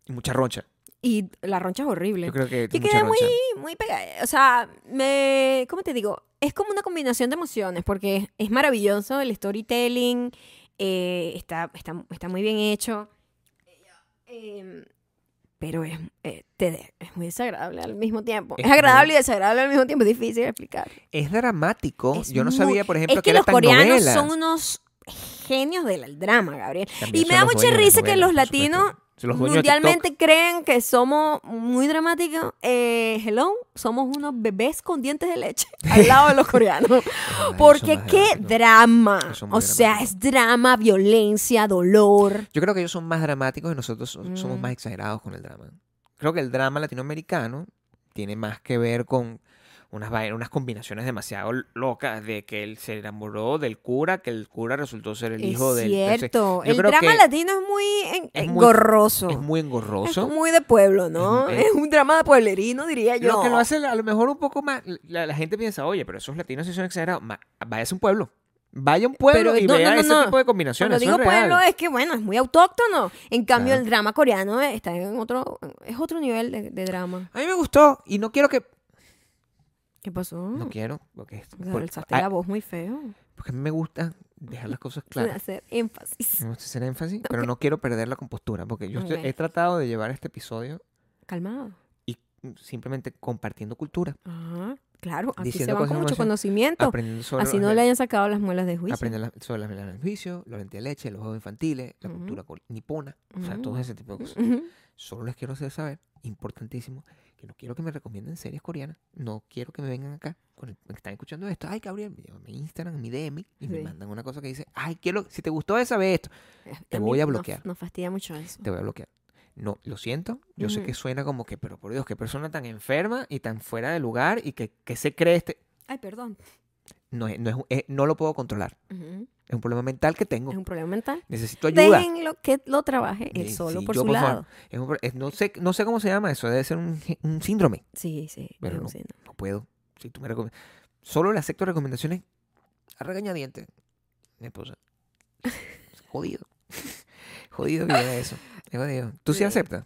S2: y mucha roncha.
S1: Y la roncha es horrible.
S2: Yo creo que
S1: Yo
S2: mucha
S1: quedé muy,
S2: roncha.
S1: muy pegada. O sea, me. ¿Cómo te digo? Es como una combinación de emociones, porque es maravilloso el storytelling, eh, está, está, está muy bien hecho. eh, pero es, eh, te de- es muy desagradable al mismo tiempo.
S2: Es
S1: Es, agradable y desagradable al mismo tiempo, es difícil de explicar.
S2: Es dramático.
S1: Es
S2: Yo no
S1: muy-
S2: sabía, por ejemplo,
S1: es que
S2: era
S1: los
S2: tan
S1: coreanos
S2: novela.
S1: son unos genios del drama, Gabriel.
S2: También
S1: y me
S2: son
S1: da
S2: los
S1: mucha
S2: dueños de las
S1: risa que
S2: novelas,
S1: los
S2: por supuesto.
S1: latinos
S2: Son los dueños de TikTok.
S1: Mundialmente creen que somos muy dramáticos. Eh, hello, somos unos bebés con dientes de
S2: *laughs*
S1: leche al lado de los coreanos. *laughs*
S2: Ah, ellos
S1: Porque
S2: son más
S1: qué
S2: dramáticos.
S1: drama.
S2: Ellos son muy
S1: O sea,
S2: dramáticos.
S1: es drama, violencia, dolor.
S2: Yo creo que ellos son más dramáticos y nosotros so- somos
S1: Mm.
S2: más exagerados con el drama. Creo que el drama latinoamericano tiene más que ver con unas, vai- unas combinaciones demasiado locas de que él se enamoró del cura, que el cura resultó ser el hijo
S1: es
S2: del... entonces,
S1: cierto.
S2: yo
S1: El
S2: creo
S1: drama
S2: que
S1: latino es muy en-
S2: es muy-
S1: engorroso.
S2: es muy engorroso.
S1: Es muy de pueblo, ¿no?
S2: Es-
S1: Es un drama de pueblerino, diría yo.
S2: Lo que lo hace la- a lo mejor un poco más. La, la gente piensa, oye, pero esos latinos sí son exagerados. Ma- Vaya a un pueblo. Vaya a un pueblo
S1: Pero-
S2: y
S1: no,
S2: vea
S1: no, no,
S2: ese
S1: no.
S2: tipo de
S1: Cuando
S2: combinaciones.
S1: digo
S2: eso es real.
S1: pueblo es que, bueno, es muy autóctono. En cambio,
S2: Claro.
S1: el drama coreano está en otro... Es otro nivel de, de drama.
S2: A mí me gustó y no quiero que.
S1: ¿Qué pasó?
S2: No quiero, porque, es- por-
S1: Alzaste
S2: ah,
S1: la voz muy feo.
S2: porque a mí me gusta dejar las cosas
S1: Sin *laughs*
S2: claras.
S1: hacer énfasis.
S2: Me gusta hacer énfasis, pero no quiero perder la compostura, porque yo estoy-
S1: Ok.
S2: he tratado de llevar este episodio
S1: Calmado.
S2: y simplemente compartiendo cultura,
S1: Ajá. Claro, aquí
S2: Diciendo
S1: se van
S2: cosas
S1: con
S2: como
S1: mucho
S2: esas.
S1: conocimiento.
S2: aprendiendo sobre
S1: Así
S2: los
S1: no
S2: de-
S1: le hayan sacado las muelas de juicio.
S2: aprender la- sobre las melanas del juicio, la lente de leche, los juegos infantiles, la
S1: Ujú.
S2: cultura col- nipona, o sea,
S1: Ujú.
S2: todo ese tipo de cosas.
S1: Ujú.
S2: Solo les quiero hacer saber, importantísimo, que no quiero que me recomienden series coreanas. No quiero que me vengan acá. Con el- me están escuchando esto. Ay, Gabriel, me llevan mi Instagram, mi DM. Y me
S1: Sí.
S2: mandan una cosa que dice, ay, quiero, si te gustó esa, ve esto. Te
S1: Eh,
S2: voy
S1: mí
S2: a
S1: nos-
S2: bloquear.
S1: Nos, fastidia mucho eso.
S2: Te voy a bloquear. No, lo siento. Yo sé
S1: Ujú.
S2: que suena como que, pero por Dios, qué persona tan enferma y tan fuera de lugar y que, que se cree este.
S1: Ay, perdón.
S2: No, es- no, es un- es- no lo puedo controlar.
S1: Ujú.
S2: Es un problema mental que tengo.
S1: Es un problema mental.
S2: Necesito ayuda.
S1: Déjenlo que lo trabaje él
S2: Sí,
S1: solo
S2: sí,
S1: por
S2: yo,
S1: su
S2: por favor.
S1: lado.
S2: Es un pro- es- no, sé, no sé cómo se llama eso. Debe ser un, gen- un síndrome.
S1: Sí, sí.
S2: Pero
S1: yo
S2: no.
S1: sé,
S2: no puedo. Si tú me recome- Solo le acepto recomendaciones a regañadientes. Mi esposa. Es Jodido. *laughs* Jodido que llega eso. Es jodido. ¿Tú sí
S1: Sí.
S2: aceptas?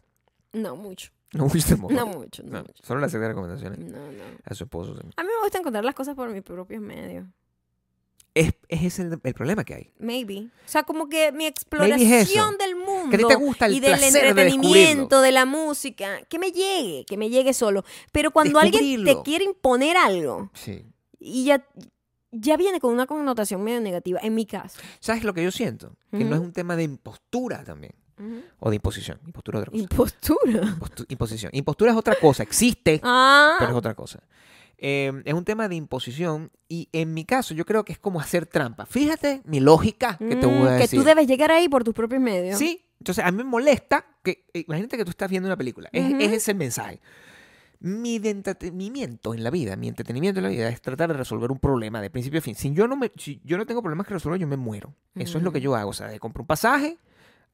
S1: No mucho.
S2: No, yo
S1: *laughs*
S2: tampoco.
S1: No mucho, no,
S2: No,
S1: mucho. Mm.
S2: solo le acepta recomendaciones
S1: No, no.
S2: a su esposo. sí.
S1: A mí me gusta encontrar las cosas por mis propios medios.
S2: Es, es ese el, el problema que hay.
S1: Maybe. O sea, como que mi
S2: Maybe es eso.
S1: exploración del mundo.
S2: Que a ti te gusta el
S1: y del
S2: placer
S1: entretenimiento, de, la música, que me llegue, que me llegue solo. Pero cuando alguien te
S2: Descubrirlo.
S1: quiere imponer algo
S2: de descubrirlo. Sí.
S1: y ya, ya viene con una connotación medio negativa, en mi caso.
S2: ¿Sabes lo que yo siento? Que no es
S1: Ujú.
S2: un tema de impostura también. O de imposición. Impostura es otra cosa. *laughs*
S1: Impostura.
S2: Impostu- imposición. Impostura es otra cosa. Existe.
S1: Ah,
S2: pero es otra cosa. Eh, es un tema de imposición y en mi caso yo creo que es como hacer trampa. Fíjate mi lógica que te voy a
S1: mm, que
S2: decir.
S1: tú debes llegar ahí por tus propios medios.
S2: Sí, entonces a mí me molesta que, eh, imagínate que tú estás viendo una película, es,
S1: Ujú.
S2: es ese el mensaje. Mi de entretenimiento en la vida, mi entretenimiento en la vida es tratar de resolver un problema de principio a fin. Si yo no, me, si yo no tengo problemas que resolver, yo me muero. Eso es lo que
S1: Ujú.
S2: yo hago, o sea, de compro un pasaje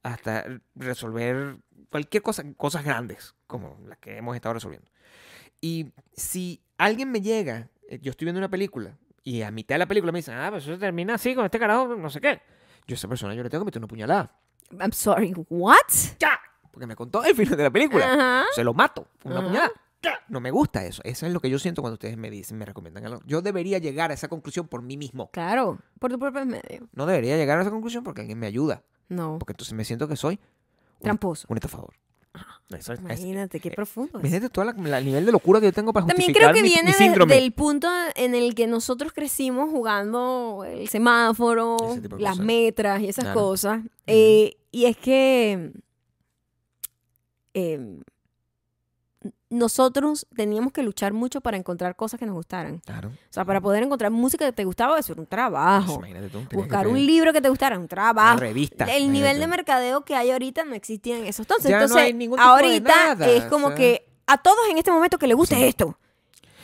S2: hasta resolver cualquier cosa, cosas grandes como las que hemos estado resolviendo. Y si alguien me llega, eh, yo estoy viendo una película y a mitad de la película me dicen, ah, pues eso termina así con este carajo, no sé qué. Yo a esa persona yo le tengo que meter una puñalada.
S1: I'm sorry, what?
S2: ¡Ya! Porque me contó el final de la película.
S1: Ajá.
S2: Se lo mato con una
S1: Ajá.
S2: puñalada. ¡Ya! No me gusta eso. Eso es lo que yo siento cuando ustedes me dicen, me recomiendan algo. Yo debería llegar a esa conclusión por mí mismo.
S1: Claro, por tus propios medios.
S2: No debería llegar a esa conclusión porque alguien me ayuda.
S1: No,
S2: Porque entonces me siento que soy
S1: tramposo.
S2: un estafador. Eso es- es-
S1: Imagínate, qué
S2: eh,
S1: profundo. es.
S2: Imagínate todo el nivel de locura que yo tengo para
S1: También
S2: justificar
S1: creo que
S2: mi-
S1: viene
S2: mi
S1: de-
S2: síndrome.
S1: del punto en el que nosotros crecimos jugando el semáforo,
S2: Ese tipo de
S1: las
S2: cosas.
S1: metras y esas
S2: Claro.
S1: cosas. Eh, y es que eh, nosotros teníamos que luchar mucho para encontrar cosas que nos gustaran.
S2: Claro.
S1: O sea, para poder encontrar música que te gustaba, eso era un
S2: Pues
S1: trabajo.
S2: imagínate tú, tenías que
S1: Buscar un
S2: pedir
S1: libro que te gustara, un
S2: una
S1: trabajo.
S2: revista.
S1: El nivel de
S2: imagínate.
S1: mercadeo que hay ahorita no existía en eso. Entonces,
S2: Ya no
S1: entonces
S2: hay ningún tipo de
S1: ahorita
S2: nada,
S1: es
S2: o
S1: como
S2: sea.
S1: que a todos en este momento que le gusta
S2: Sí.
S1: esto.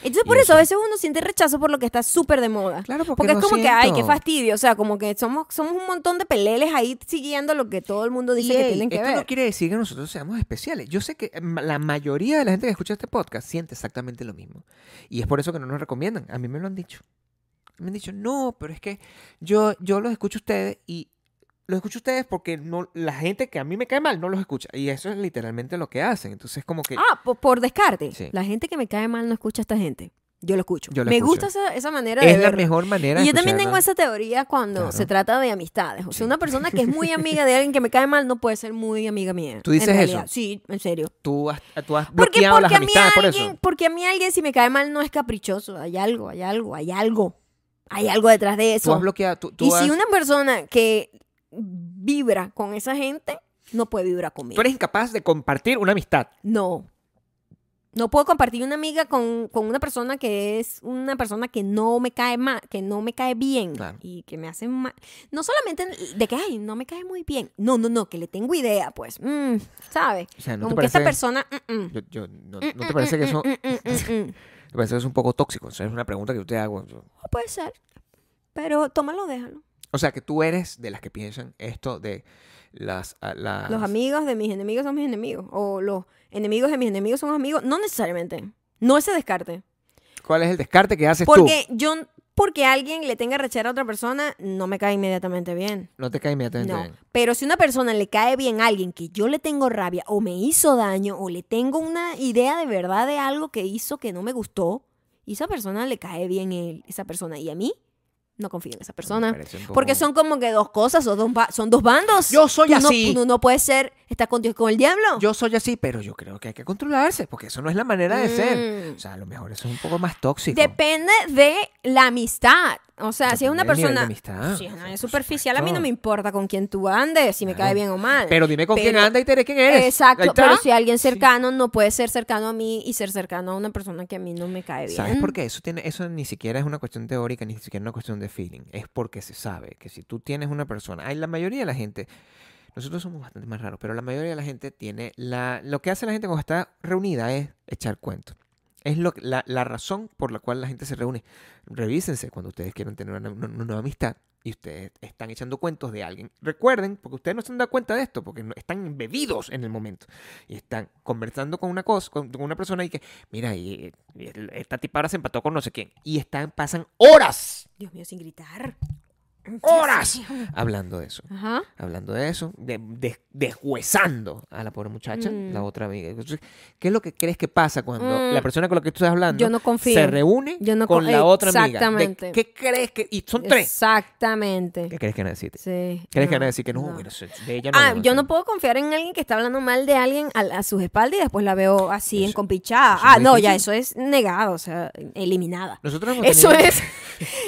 S1: Entonces,
S2: Y
S1: por eso a
S2: eso.
S1: veces uno siente rechazo por lo que está súper de moda.
S2: Claro, porque,
S1: Porque es
S2: lo
S1: como que, ay, qué
S2: siento.
S1: fastidio. O sea, como que somos, somos un montón de peleles ahí siguiendo lo que todo el mundo dice
S2: Y,
S1: que
S2: ey,
S1: tienen que
S2: esto
S1: ver.
S2: no quiere decir que nosotros seamos especiales. Yo sé que eh, ma- la mayoría de la gente que escucha este podcast siente exactamente lo mismo. Y es por eso que no nos recomiendan. A mí me lo han dicho. Me han dicho, no, pero es que yo, yo los escucho a ustedes y los escucho a ustedes porque no, la gente que a mí me cae mal no los escucha. Y eso es literalmente lo que hacen. Entonces, como que.
S1: Ah, po- por descarte.
S2: Sí.
S1: La gente que me cae mal no escucha a esta gente. Yo lo escucho.
S2: Yo lo
S1: me
S2: escucho.
S1: gusta esa, esa manera de
S2: es la
S1: verlo.
S2: mejor manera
S1: Y
S2: de
S1: yo también
S2: escuchar,
S1: tengo
S2: ¿no?
S1: esa teoría cuando
S2: Claro.
S1: se trata de amistades. O sea,
S2: Sí.
S1: una persona que es
S2: *laughs*
S1: muy amiga de alguien que me cae mal no puede ser muy amiga mía.
S2: ¿Tú
S1: en
S2: dices
S1: realidad.
S2: eso?
S1: Sí, en serio.
S2: Tú has, tú has
S1: Porque,
S2: bloqueado
S1: porque,
S2: las
S1: a mí
S2: amistades por
S1: alguien,
S2: eso.
S1: porque a mí alguien si me cae mal no es caprichoso. Hay algo, hay algo, hay algo. Hay algo detrás de
S2: Tú has
S1: eso.
S2: bloqueado. Tú, tú
S1: Y
S2: has-
S1: si una persona que vibra con esa gente no puede vibrar conmigo.
S2: Tú eres incapaz de compartir una amistad.
S1: No. No puedo compartir una amiga con, con una persona que es una persona que no me cae mal, que no me cae bien
S2: Claro.
S1: y que me hace mal. No solamente de que, ay, no me cae muy bien. No, no, no, que le tengo idea, pues. Mm, ¿Sabes?
S2: O sea, ¿no
S1: Como
S2: te
S1: que
S2: parece?
S1: esta persona... mm, mm,
S2: yo- yo- no,
S1: mm,
S2: ¿no
S1: mm,
S2: te parece que
S1: mm,
S2: eso,
S1: mm, mm, mm, mm, mm.
S2: te parece que eso es un poco tóxico? O sea, es una pregunta que yo te hago. Yo-
S1: *laughs* No puede ser. Pero tómalo, déjalo.
S2: O sea, que tú eres de las que piensan esto de las. a- las-
S1: Los amigos de mis enemigos son mis enemigos. O los enemigos de mis enemigos son amigos. No necesariamente. No ese descarte.
S2: ¿Cuál es el descarte que haces tú?
S1: Porque yo, porque alguien le tenga rechera a otra persona, no me cae inmediatamente bien.
S2: No te cae inmediatamente
S1: No.
S2: bien.
S1: Pero si una persona le cae bien a alguien que yo le tengo rabia o me hizo daño o le tengo una idea de verdad de algo que hizo que no me gustó, y esa persona le cae bien él, esa persona. Y a mí, no confío en esa
S2: Me
S1: persona.
S2: parece un poco-
S1: Porque son como que dos cosas, son dos, ba- son dos bandos.
S2: Yo soy
S1: Tú no-
S2: así.
S1: tú no puedes ser, estás con Dios con el diablo.
S2: Yo soy así, pero yo creo que hay que controlarse, porque eso no es la manera de ser.
S1: Mm.
S2: O sea, a lo mejor eso es un poco más tóxico.
S1: Depende de la amistad. O sea, si es
S2: Depende
S1: una
S2: del nivel de
S1: persona.
S2: amistad.
S1: si es
S2: O sea,
S1: una
S2: por
S1: superficial, a mí no
S2: supuesto.
S1: me importa con quién tú andes, si me
S2: Claro.
S1: cae bien o mal.
S2: Pero dime con quién
S1: Pero-
S2: anda y te diré quién eres. Ahí
S1: Exacto,
S2: está.
S1: pero si alguien
S2: Sí.
S1: cercano no puede ser cercano a mí y ser cercano a una persona que a mí no me cae bien.
S2: ¿Sabes por qué? Eso, tiene, eso ni siquiera es una cuestión teórica, ni siquiera es una cuestión de feeling. Es porque se sabe que si tú tienes una persona, hay la mayoría de la gente, nosotros somos bastante más raros, pero la mayoría de la gente tiene, la, lo que hace la gente cuando está reunida es echar cuentos. Es lo, que- la, la razón por la cual la gente se reúne. Revísense cuando ustedes quieran tener una, una- una nueva amistad y ustedes están echando cuentos de alguien. Recuerden, porque ustedes no se han dado cuenta de esto, porque no- están embebidos en el momento y están conversando con una cosa, con, con una persona y que, mira, y, y el- esta tipa ahora se empató con no sé quién. Y están, pasan horas,
S1: Dios mío, sin gritar.
S2: horas hablando de eso.
S1: Ajá.
S2: Hablando de eso, de- de- deshuesando a la pobre muchacha,
S1: Mm.
S2: la otra amiga. Entonces, ¿Qué es lo que crees que pasa cuando
S1: Mm.
S2: la persona con la que tú estás hablando
S1: Yo no confío.
S2: se reúne
S1: Yo no
S2: con
S1: con-
S2: la otra amiga? ¿De
S1: exactamente.
S2: ¿Qué crees que.? Y son tres.
S1: Exactamente.
S2: ¿Qué crees que van a decirte?
S1: Sí.
S2: ¿Crees que van
S1: no,
S2: a decir que no?
S1: no.
S2: bueno, se- de ella no.
S1: Ah,
S2: no,
S1: yo
S2: no.
S1: no puedo confiar en alguien que está hablando mal de alguien a, a sus espaldas y después la veo así
S2: Eso-
S1: en compichada.
S2: eso es
S1: Ah, no, ya eso
S2: difícil.
S1: es negado, o sea, eliminada.
S2: Nosotros hemos
S1: Eso
S2: tenido-
S1: *laughs* es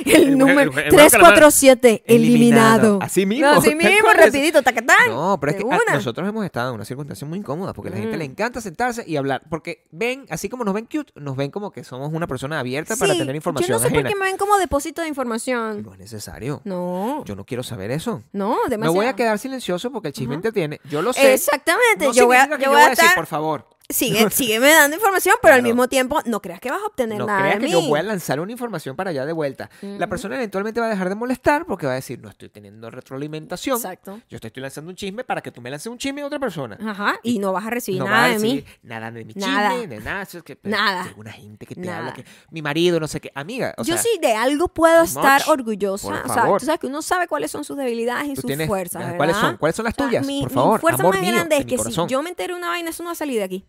S1: el
S2: El-
S1: número
S2: el- el- el Juan Calamar.
S1: 347, eliminado.
S2: Eliminado. Así mismo,
S1: No,
S2: *laughs*
S1: así
S2: tal
S1: mismo,
S2: cual, eso-
S1: rapidito, tacatán.
S2: No, pero es
S1: de
S2: que ah, a-
S1: una.
S2: nosotros hemos estado en una circunstancia muy incómoda porque a la gente
S1: Mm.
S2: le encanta sentarse y hablar. Porque ven, así como nos ven cute, nos ven como que somos una persona abierta para
S1: Sí,
S2: tener información
S1: Yo no sé
S2: ajena.
S1: por qué me ven como depósito de información.
S2: No es necesario.
S1: No,
S2: Yo no quiero saber eso.
S1: no, demasiado.
S2: Me voy a quedar silencioso porque el chisme
S1: Ajá.
S2: te tiene. Yo lo sé.
S1: Exactamente,
S2: No
S1: yo voy a,
S2: significa que
S1: yo voy a
S2: decir,
S1: estar.
S2: por favor. *laughs*
S1: Sigue, sígueme dando información, pero al
S2: Claro.
S1: mismo tiempo no creas que vas a obtener
S2: No
S1: nada. de
S2: creas que
S1: mí.
S2: yo voy a lanzar una información para allá de vuelta. La
S1: Ujú.
S2: persona eventualmente va a dejar de molestar porque va a decir, no estoy teniendo retroalimentación.
S1: Exacto.
S2: Yo te estoy lanzando un chisme para que tú me lances un chisme a otra persona.
S1: Ajá, y no vas a recibir
S2: no
S1: nada
S2: vas a
S1: de mí.
S2: recibir nada de mi
S1: Nada.
S2: chisme, de nada. eso es que-
S1: Nada.
S2: Tengo una gente que te
S1: Nada.
S2: habla que mi marido, no sé qué. Amiga, o
S1: yo
S2: sea,
S1: sí de algo puedo
S2: too
S1: estar
S2: much,
S1: orgullosa.
S2: por
S1: O sea,
S2: favor.
S1: tú sabes que uno sabe cuáles son sus debilidades y
S2: tú
S1: sus
S2: tienes-
S1: fuerzas, ¿verdad?
S2: ¿Cuáles son? ¿Cuáles son las
S1: O sea,
S2: tuyas?
S1: mi,
S2: por
S1: mi
S2: favor,
S1: fuerza
S2: amor
S1: más
S2: mío,
S1: grande
S2: de
S1: es
S2: mi
S1: que
S2: corazón.
S1: si yo me entero una vaina, eso no va a salir de aquí.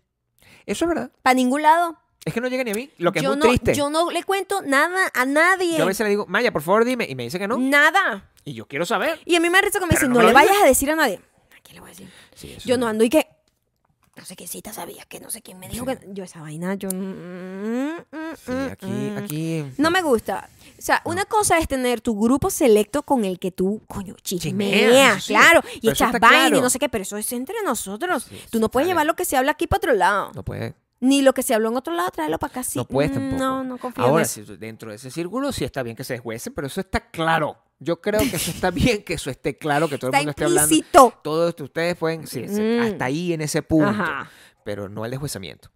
S2: Eso es verdad.
S1: Para ningún lado.
S2: Es que no llega ni a mí. Lo que
S1: yo
S2: es muy
S1: no,
S2: triste.
S1: Yo no le cuento nada a nadie.
S2: Yo a veces le digo, Maya, por favor dime. Y me dice que
S1: Mm.
S2: no.
S1: Nada.
S2: Y yo quiero saber.
S1: Y a mí me arriesgo que me
S2: Pero
S1: dicen,
S2: no
S1: no,
S2: me
S1: le
S2: lo digas".
S1: vayas a decir a nadie. ¿A quién le voy a decir?
S2: Sí, eso
S1: Yo
S2: es
S1: no
S2: verdad.
S1: ando y que... No sé qué cita sabías, que no sé quién me dijo
S2: Sí.
S1: que... Yo esa vaina, yo... mm, mm,
S2: Sí,
S1: mm,
S2: aquí,
S1: mm.
S2: aquí.
S1: No me gusta. O sea, una cosa es tener tu grupo selecto con el que tú, coño,
S2: Chismeas,
S1: chismeas,
S2: sí.
S1: claro, y
S2: Pero eso
S1: echas
S2: está
S1: vaina y
S2: claro.
S1: no sé qué, pero eso es entre nosotros.
S2: Sí,
S1: tú no puedes
S2: sale.
S1: llevar lo que se habla aquí para otro lado.
S2: No puede.
S1: Ni lo que se habló en otro lado, traerlo para acá. Sí.
S2: No puedes
S1: Mm,
S2: tampoco.
S1: No, no confío en
S2: Ahora,
S1: eso.
S2: si tú- dentro de ese círculo, sí está bien que se deshuesen, pero eso está claro. Yo creo que eso está bien que eso esté claro, que todo
S1: Está
S2: el mundo esté hablando.
S1: implícito.
S2: Todos ustedes pueden, sí, se-
S1: Mm.
S2: hasta ahí en ese punto,
S1: Ajá.
S2: pero no el deshuesamiento.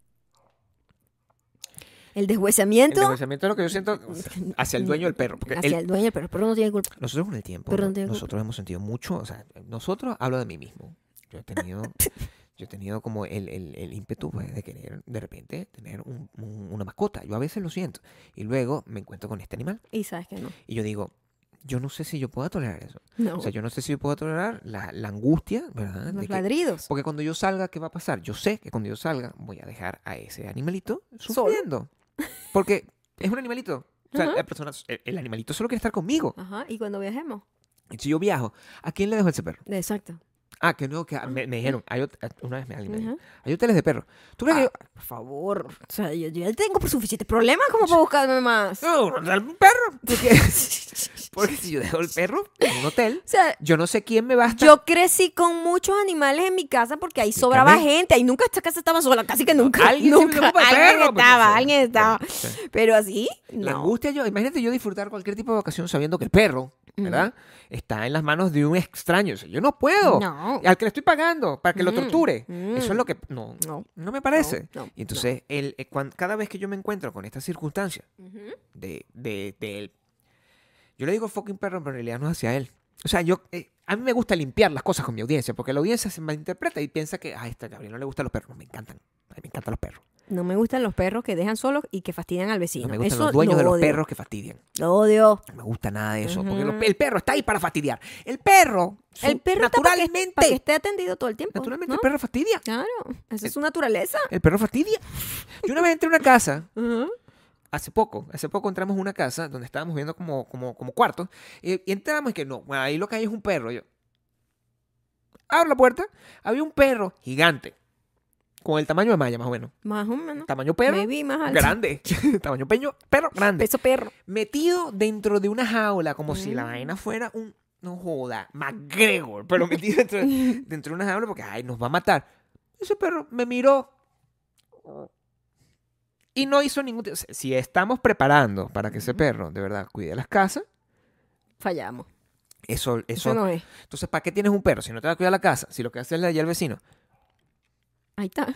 S1: El
S2: El
S1: deshuesamiento
S2: deshuesamiento es lo que
S1: *laughs*
S2: yo siento o sea, hacia el dueño del perro. Porque
S1: hacia
S2: el-
S1: el dueño, pero el perro no tiene culpa.
S2: nosotros con el tiempo,
S1: Perdón,
S2: no-
S1: Diego.
S2: nosotros hemos sentido mucho, o sea, nosotros hablo de mí mismo. Yo he
S1: *laughs*
S2: tenido, yo he tenido como el, el- el ímpetu pues, de querer de repente tener un- un- una mascota. Yo a veces lo siento. Y luego me encuentro con este animal
S1: Y sabes que no.
S2: y yo digo, yo no sé si yo pueda tolerar eso.
S1: No.
S2: O sea, yo no sé si yo puedo tolerar la, la angustia, ¿verdad?
S1: los
S2: De que-
S1: ladridos.
S2: porque cuando yo salga, ¿qué va a pasar? Yo sé que cuando yo salga voy a dejar a ese animalito
S1: Solo.
S2: sufriendo. Porque es un animalito. O sea,
S1: Ajá.
S2: la persona, el, el animalito solo quiere estar conmigo.
S1: Ajá. Y cuando viajemos.
S2: Y si yo viajo, ¿a quién le dejo ese perro?
S1: Exacto.
S2: Ah, que no, que me, me dijeron, hay hot- una vez me, alguien me dijo,
S1: Ajá.
S2: hay hoteles de perro. ¿Tú crees que yo-
S1: Ah, por favor. O sea, yo, yo ya tengo por suficientes problemas como para buscarme más.
S2: No, un hotel de un perro. *laughs* Porque,
S1: *laughs*
S2: porque si yo dejo el perro en un hotel,
S1: O sea,
S2: yo no sé quién me va a estar.
S1: yo crecí con muchos animales en mi casa porque ahí sobraba
S2: Explícame.
S1: gente. Ahí nunca esta casa estaba sola, casi que nunca.
S2: alguien se
S1: nunca.
S2: preocupa del
S1: alguien
S2: perro, pues,
S1: estaba,
S2: o sea,
S1: alguien estaba.
S2: bueno, o sea,
S1: Pero así,
S2: La
S1: no.
S2: angustia yo, imagínate yo disfrutar cualquier tipo de vacación sabiendo que el perro,
S1: Mm.
S2: ¿verdad? Está en las manos de un extraño. O sea, yo no puedo.
S1: No.
S2: Al que le estoy pagando para que lo
S1: Mm,
S2: torture.
S1: mm.
S2: Eso es lo que no
S1: No.
S2: no me parece.
S1: No, no,
S2: y entonces el, eh, cuan- cada vez que yo me encuentro con esta circunstancia
S1: Ujú.
S2: de, de, de él. Yo le digo fucking perro, pero en realidad no es hacia él. O sea, yo eh, a mí me gusta limpiar las cosas con mi audiencia, porque la audiencia se malinterpreta y piensa que a esta Gabriel no le gustan los perros. No, me encantan. A mí me encantan los perros.
S1: No me gustan los perros que dejan solos y que fastidian al
S2: No
S1: vecino.
S2: me gustan
S1: Eso
S2: los dueños
S1: lo
S2: de los
S1: odio.
S2: perros que fastidian.
S1: Lo odio.
S2: No me gusta nada de eso, porque lo-
S1: Ujú.
S2: el perro está ahí para fastidiar. El perro, su-
S1: El perro está para que-
S2: naturalmente,
S1: Para que esté atendido todo el tiempo.
S2: naturalmente
S1: ¿no?
S2: el perro Eh. fastidia.
S1: Claro. Esa es su naturaleza.
S2: El perro fastidia. Yo una vez entré a una casa
S1: Ujú.
S2: hace poco, hace poco entramos a una casa donde estábamos viendo como como como cuartos y, y entramos y que no, bueno, ahí lo que hay es un perro. Yo abro la puerta, había un perro gigante con el tamaño de Maya más o menos,
S1: Más o menos.
S2: tamaño perro.
S1: Maybe más alto.
S2: Grande, *laughs* tamaño peño, perro grande.
S1: Peso
S2: *laughs*
S1: perro.
S2: metido dentro de una jaula, como si la
S1: Mm.
S2: vaina fuera un. No joda, McGregor, pero metido
S1: *laughs*
S2: dentro, de- dentro de una jaula porque, ay, nos va a matar. Ese perro me miró. Y no hizo ningún. o sea, Si estamos preparando para que ese perro, de verdad, cuide las casas,
S1: Fallamos.
S2: eso. eso,
S1: Eso no es.
S2: Entonces, ¿para qué tienes un perro si no te va a cuidar la casa? Si lo que haces es allá al vecino.
S1: Ahí
S2: *laughs*
S1: está. no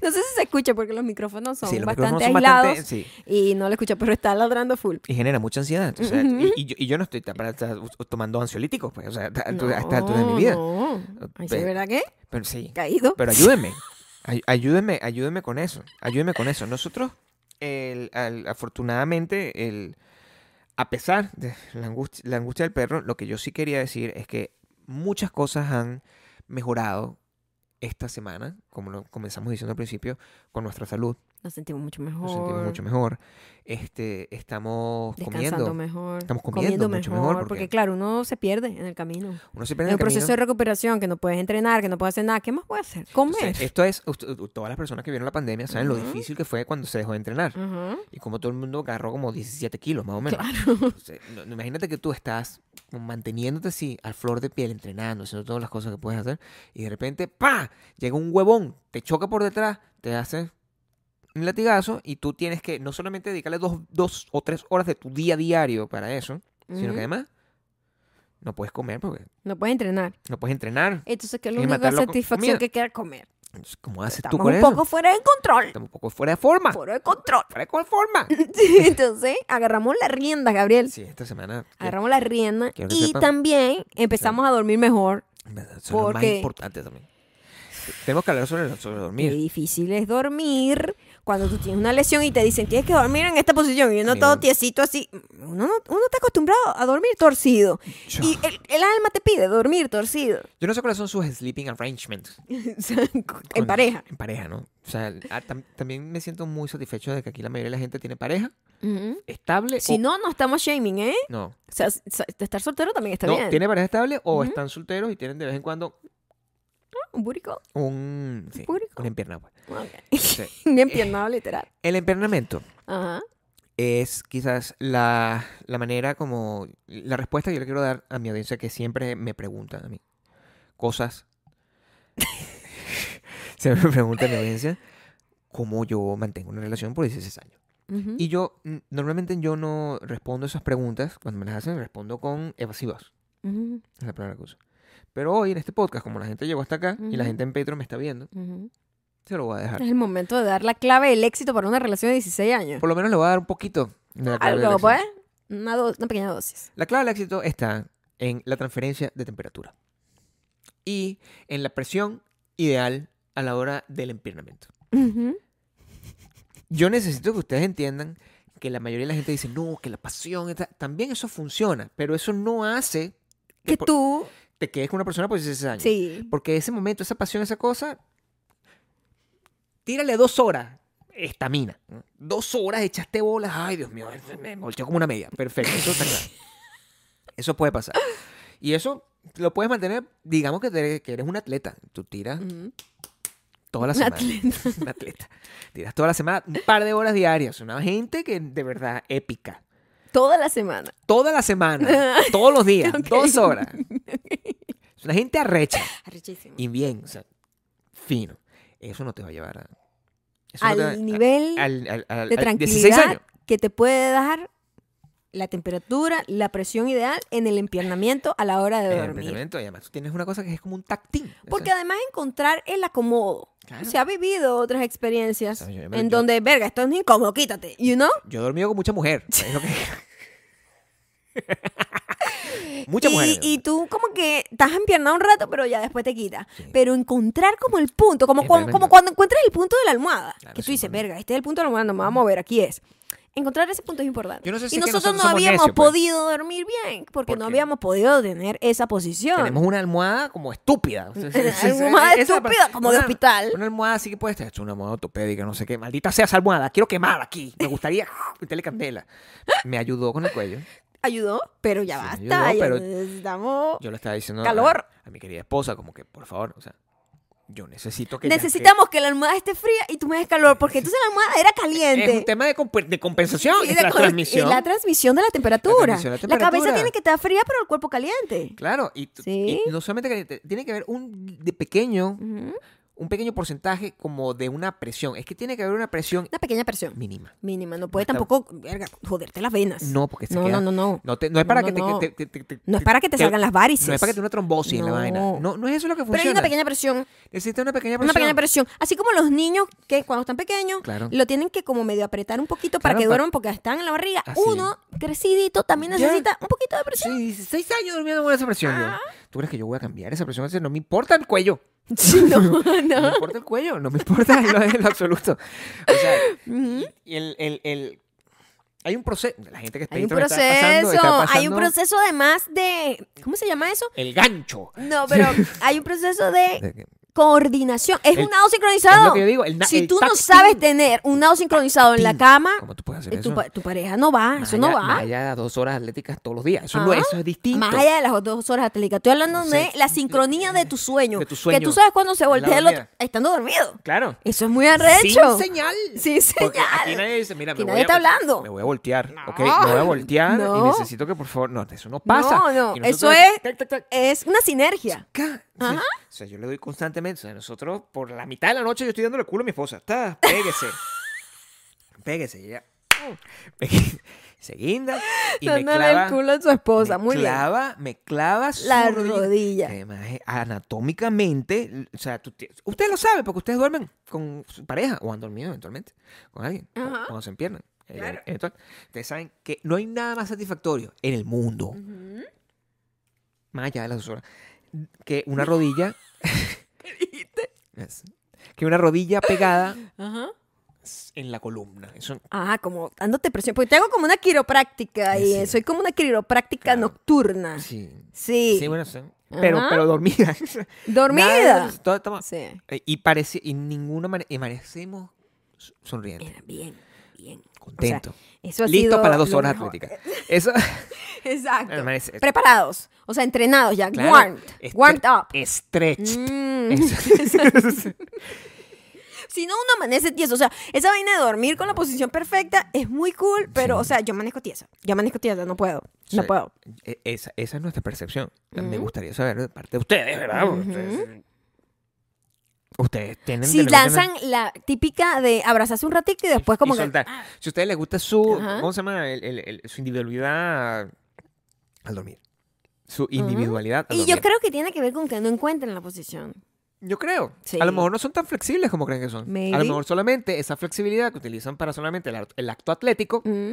S1: sé si se escucha porque los micrófonos son
S2: Sí, los micrófonos
S1: bastante
S2: son
S1: aislados
S2: bastante- sí.
S1: y no lo escucha, pero está ladrando full.
S2: Y genera mucha ansiedad. o sea,
S1: Ujú.
S2: y, y yo, y yo no estoy para estar tomando ansiolíticos, pues, o sea, a esta altura de mi
S1: No,
S2: vida.
S1: No. Ay, sí,
S2: Pe-
S1: ¿verdad que?
S2: Pero sí.
S1: Caído.
S2: Pero ayúdenme. Ay- ayúdenme, ayúdenme con eso. Ayúdenme con eso. Nosotros, el- al- afortunadamente, el, a pesar de la angustia, la angustia del perro, lo que yo sí quería decir es que muchas cosas han mejorado esta semana, como lo comenzamos diciendo al principio, con nuestra salud.
S1: Nos sentimos mucho mejor.
S2: Nos sentimos mucho mejor. Este, estamos
S1: Descansando
S2: comiendo.
S1: mejor.
S2: Estamos comiendo mucho mejor,
S1: porque...
S2: porque-
S1: claro, uno se pierde en el camino.
S2: Uno se
S1: En
S2: pierde
S1: el,
S2: en el camino.
S1: proceso de recuperación, que no puedes entrenar, que no puedes hacer nada, ¿qué más puedes hacer? Comer.
S2: Entonces, esto es, ust- todas las personas que vieron la pandemia saben lo
S1: Ujú.
S2: difícil que fue cuando se dejó de entrenar.
S1: Ajá.
S2: Y como todo el mundo agarró como 17 kilos, más o menos.
S1: Claro.
S2: Entonces, no- no, imagínate que tú estás como manteniéndote así, al flor de piel, entrenando, haciendo todas las cosas que puedes hacer. Y de repente, ¡pa! Llega un huevón, te choca por detrás, te hace un latigazo. Y tú tienes que no solamente dedicarle dos, dos o tres horas de tu día diario para eso, sino
S1: Ujú.
S2: que además no puedes comer porque
S1: No puedes entrenar.
S2: no puedes entrenar.
S1: Entonces, ¿qué es la
S2: Tienes que
S1: única
S2: matarlo con
S1: satisfacción
S2: comida.
S1: que queda comer?
S2: Entonces, ¿Cómo haces tú
S1: Estamos
S2: con
S1: un
S2: eso?
S1: poco fuera de control.
S2: Estamos un poco fuera de forma.
S1: Fuera de control. *laughs*
S2: Fuera de forma.
S1: Entonces, agarramos las riendas, Gabriel.
S2: Sí, esta semana. que-
S1: Agarramos las riendas
S2: Quiero que
S1: y
S2: sepan-
S1: también empezamos a dormir mejor.
S2: ¿Verdad? Eso es lo más
S1: Porque-
S2: importante también. Tenemos que hablar sobre, lo- sobre
S1: Qué
S2: dormir.
S1: difícil es dormir cuando tú tienes una lesión y te dicen tienes que dormir en esta posición y uno
S2: Sí,
S1: todo
S2: bueno.
S1: tiesito así. Uno, no- uno está acostumbrado a dormir torcido.
S2: Yo,
S1: Y el, el alma te pide dormir torcido. *laughs*
S2: yo no sé cuáles son sus sleeping arrangements.
S1: O sea, en
S2: con-
S1: pareja.
S2: En pareja, ¿no? O sea, ah, tam- también me siento muy satisfecho de que aquí la mayoría de la gente tiene pareja
S1: Ujú.
S2: estable.
S1: Si
S2: o,
S1: no, no estamos shaming, ¿eh?
S2: no.
S1: O sea, s- s- estar soltero también está
S2: No,
S1: bien.
S2: tiene pareja estable o
S1: Ujú.
S2: están solteros y tienen de vez en cuando
S1: Un
S2: *laughs*
S1: burico.
S2: un. Sí,
S1: Público.
S2: un empiernado. pues. Sí.
S1: Un empiernado literal.
S2: El empiernamiento
S1: Ajá.
S2: es quizás la, la manera como. La respuesta que yo le quiero dar a mi audiencia que siempre me preguntan a mí cosas. *laughs* siempre me pregunta mi audiencia cómo yo mantengo una relación por 16 años.
S1: Ujú.
S2: Y yo, mm, normalmente yo no respondo esas preguntas. Cuando me las hacen, respondo con evasivas.
S1: Ujú.
S2: Es la palabra que uso. Pero hoy en este podcast, como la gente llegó hasta acá y la
S1: Ujú.
S2: gente en Patreon me está viendo,
S1: Ujú.
S2: se lo voy a dejar.
S1: Es el momento de dar la clave del éxito para una relación de 16 años.
S2: Por lo menos le voy a dar un poquito de la clave del
S1: Algo,
S2: éxito.
S1: pues. Una, do- una pequeña dosis.
S2: La clave del éxito está en la transferencia de temperatura y en la presión ideal a la hora del empiernamiento.
S1: Ujú.
S2: Yo necesito que ustedes entiendan que la mayoría de la gente dice, no, que la pasión, está-". también eso funciona, pero eso no hace
S1: Que
S2: por-
S1: tú,
S2: te quedes con una persona por 16 años.
S1: sí.
S2: Porque ese momento, esa pasión, esa cosa, tírale dos horas, estamina. ¿no? Dos horas echaste bolas, ay Dios mío, me volteó como una media. Perfecto, eso está claro. Eso puede pasar. Y eso lo puedes mantener, digamos que, te- que eres un atleta. Tú tiras
S1: Ujú.
S2: toda la
S1: Un
S2: semana.
S1: atleta.
S2: *laughs* un atleta. Tiras toda la semana, un par de horas diarias. Una gente que de verdad épica.
S1: Toda la semana.
S2: Toda
S1: *laughs*
S2: la semana, todos los días,
S1: Ok. *laughs*
S2: dos horas. Es una gente arrecha.
S1: Arrechísimo.
S2: Y bien, o sea, fino. Eso no te va a llevar a... eso no
S1: Al
S2: te va- a-
S1: nivel
S2: al- al- al-
S1: de
S2: al-
S1: tranquilidad
S2: 16 años.
S1: que te puede dar la temperatura, la presión ideal en el empiernamiento a la hora de
S2: En el
S1: dormir.
S2: emprendimiento, y además tú tienes una cosa que es como un tactín. O
S1: Porque
S2: sea,
S1: además encontrar el acomodo.
S2: Claro.
S1: Se ha vivido otras experiencias
S2: O sea, yo- yo-
S1: en
S2: yo-
S1: donde, verga, esto es incómodo, quítate, you know?
S2: yo he dormido con
S1: *laughs*
S2: mucha mujer. es lo que- *laughs* mucha
S1: y,
S2: mujer.
S1: y tú como que estás empiernado un rato, pero ya después te quitas.
S2: Sí.
S1: Pero encontrar como el punto, como,
S2: Es
S1: cuan-
S2: verdad,
S1: como
S2: ¿no?
S1: cuando encuentras el punto de la almohada,
S2: Claro,
S1: que
S2: es
S1: tú dices,
S2: importante.
S1: verga, este es el punto de la almohada, no me voy a mover, aquí es. Encontrar ese punto es importante.
S2: Yo no sé si
S1: y
S2: es que
S1: nosotros,
S2: nosotros
S1: no
S2: somos
S1: habíamos
S2: necios, pues.
S1: podido dormir bien, porque
S2: ¿Por
S1: no
S2: qué?
S1: habíamos podido tener esa posición.
S2: Tenemos una almohada
S1: *laughs*
S2: como estúpida. O sea,
S1: Una
S2: esa- esa-
S1: almohada
S2: esa-
S1: estúpida, como de
S2: una-
S1: hospital.
S2: Una almohada así que puede estar. Es una almohada ortopédica, no sé qué. Maldita sea esa almohada. Quiero quemar aquí. Me gustaría *laughs* meterle candela. Me ayudó con el cuello.
S1: Ayudó, pero ya
S2: Sí, me
S1: basta, ya
S2: ayudó, pero-
S1: necesitamos...
S2: Yo le estaba diciendo a-
S1: Calor.
S2: A, mi querida esposa, como que, por favor, o sea, yo necesito que... ya-
S1: Necesitamos que la almohada esté fría y tú me des calor, porque entonces la almohada era caliente.
S2: que- Es un tema de, comp- de compensación
S1: Sí,
S2: es
S1: de
S2: la
S1: cor-
S2: transmisión.
S1: y la transmisión de la temperatura. La,
S2: transmisión de la
S1: cabeza
S2: temperatura.
S1: tiene que estar fría, pero el cuerpo caliente.
S2: Claro, y, t-
S1: Sí.
S2: y no solamente que te- tiene que haber un de pequeño,
S1: Ujú.
S2: un pequeño porcentaje como de una presión. Es que tiene que haber una presión
S1: Una pequeña presión.
S2: mínima.
S1: Mínima. No puede
S2: No está-
S1: tampoco verga, joderte las venas.
S2: No, porque se
S1: no,
S2: queda-
S1: no, no, no.
S2: No, te- no es para
S1: No,
S2: que te,
S1: no, no.
S2: te- te- te- te-
S1: No es para que te salgan las varices.
S2: No es para que te una trombosis en la vaina.
S1: No.
S2: No, no es eso lo que
S1: Pero
S2: funciona.
S1: hay una pequeña presión.
S2: Necesita una pequeña presión.
S1: Una pequeña presión. Así como los niños que cuando están pequeños
S2: Claro.
S1: lo tienen que como medio apretar un poquito para
S2: Claro,
S1: que
S2: pa-
S1: duerman porque están en la barriga.
S2: Así.
S1: Uno, crecidito, también
S2: Ya.
S1: necesita un poquito de presión. Ah.
S2: Sí, 16 años durmiendo con esa presión. yo. ¿Tú crees que yo voy a cambiar esa presión? No me importa el cuello.
S1: Sí, *laughs* no, no.
S2: No me importa el cuello, no me importa en lo, en lo absoluto. O sea, y el, el- el- hay un proceso. La gente que está
S1: Hay un
S2: ahí está pasando,
S1: proceso,
S2: está
S1: hay un
S2: pasando
S1: proceso además de, ¿cómo se llama eso?
S2: El gancho.
S1: No,
S2: *laughs*
S1: pero hay un proceso de
S2: Es
S1: coordinación. Es
S2: El-
S1: un nado sincronizado.
S2: lo que yo digo. El, na-
S1: si
S2: el
S1: tú no
S2: tacting.
S1: sabes tener un nado sincronizado en la
S2: Tacting.
S1: cama,
S2: ¿Cómo tú puedes hacer
S1: eh, tu,
S2: eso?
S1: pa- tu pareja no va,
S2: Más
S1: eso no
S2: allá-
S1: va. Ah,
S2: Más allá de dos horas atléticas todos los días. Eso, no,
S1: Ajá.
S2: eso es distinto.
S1: Más allá de las dos horas atléticas. Estoy hablando
S2: No
S1: de
S2: sé,
S1: la sincronía de tu sueño.
S2: de tu sueño.
S1: Que tú sabes cuando se
S2: La
S1: voltea el otro
S2: dormida.
S1: estando dormido.
S2: Claro.
S1: Eso es muy arrecho.
S2: Sin señal.
S1: *laughs* Sin
S2: Porque Aquí
S1: señal.
S2: nadie dice, mira,
S1: Aquí
S2: me
S1: nadie
S2: voy
S1: está
S2: a-
S1: hablando.
S2: Me voy a voltear, ¿ok?
S1: No.
S2: Me voy a voltear y
S1: No.
S2: necesito que, por favor, no, eso no pasa.
S1: No, no,
S2: Y
S1: eso
S2: nosotros-
S1: es-
S2: tac, tac, tac,
S1: Es una sinergia.
S2: ca. O sea,
S1: Ajá.
S2: O sea, yo le doy constantemente. O sea, nosotros, por la mitad de la noche, yo estoy dándole culo a mi esposa. Está,
S1: *laughs*
S2: péguese. péguese, y ella. me- *laughs* Se guinda y me
S1: Dándole
S2: clava,
S1: el culo a su esposa.
S2: me
S1: Muy bien.
S2: clava, me clava su
S1: La rodilla.
S2: Que Además, eh, anatómicamente, l- o sea, tú te- usted lo sabe porque ustedes duermen con su pareja o han dormido eventualmente con alguien cu-
S1: Ajá.
S2: cuando se empiernan. eh,
S1: Claro.
S2: eventual. Ustedes saben que no hay nada más satisfactorio en el mundo,
S1: Ujú.
S2: más allá de las dos horas, que
S1: *laughs*
S2: una rodilla. Es- que una
S1: *gasps*
S2: rodilla pegada
S1: Ajá.
S2: s- en la columna. Eso,
S1: Ah, como dándote presión. Porque te hago como una quiropráctica ahí.
S2: Sí.
S1: Soy como una quiropráctica
S2: Claro.
S1: nocturna. Ah. Sí.
S2: sí. Sí, bueno, sí. Pero,
S1: Ajá.
S2: pero dormida. *laughs*
S1: Dormida.
S2: Nada, todo- toma.
S1: Sí.
S2: Eh, Y parece, y ninguna manera, amanecemos s- sonriendo,
S1: Era bien, bien.
S2: contento.
S1: Eh, Eso ha
S2: Listo
S1: sido
S2: para dos
S1: lo
S2: horas
S1: mejor.
S2: atléticas.
S1: *laughs*
S2: Eso, *laughs*
S1: Exacto.
S2: Amanece-
S1: Preparados. O sea, entrenados ya.
S2: claro, este
S1: Warmed. Warmed
S2: estre-
S1: up.
S2: Stretched.
S1: Mm.
S2: *laughs*
S1: *laughs*
S2: Eso.
S1: Si no, uno amanece tieso. O sea, esa vaina de dormir con la posición perfecta es muy cool, pero,
S2: Sí.
S1: o sea, yo amanezco tiesa. Yo amanezco tiesa, no puedo.
S2: Sí.
S1: No puedo.
S2: E- Esa, esa es nuestra percepción. Me
S1: Ujú.
S2: gustaría saber de parte de ustedes, ¿verdad?
S1: Mm. Ujú.
S2: Ustedes, ustedes tienen... de
S1: Si
S2: repente-
S1: lanzan la típica de abrazarse un ratito y después como
S2: y
S1: que... ah.
S2: soltar. Si a ustedes les gusta su,
S1: Ajá.
S2: ¿cómo se llama? El- el- el- su individualidad al dormir. Su individualidad al
S1: Y yo
S2: dormir.
S1: creo que tiene que ver con que no encuentren la posición.
S2: Yo creo.
S1: Sí.
S2: A lo mejor no son tan flexibles como creen que son. A
S1: Maybe.
S2: lo mejor solamente esa flexibilidad que utilizan para solamente el, act- el acto atlético
S1: Mm,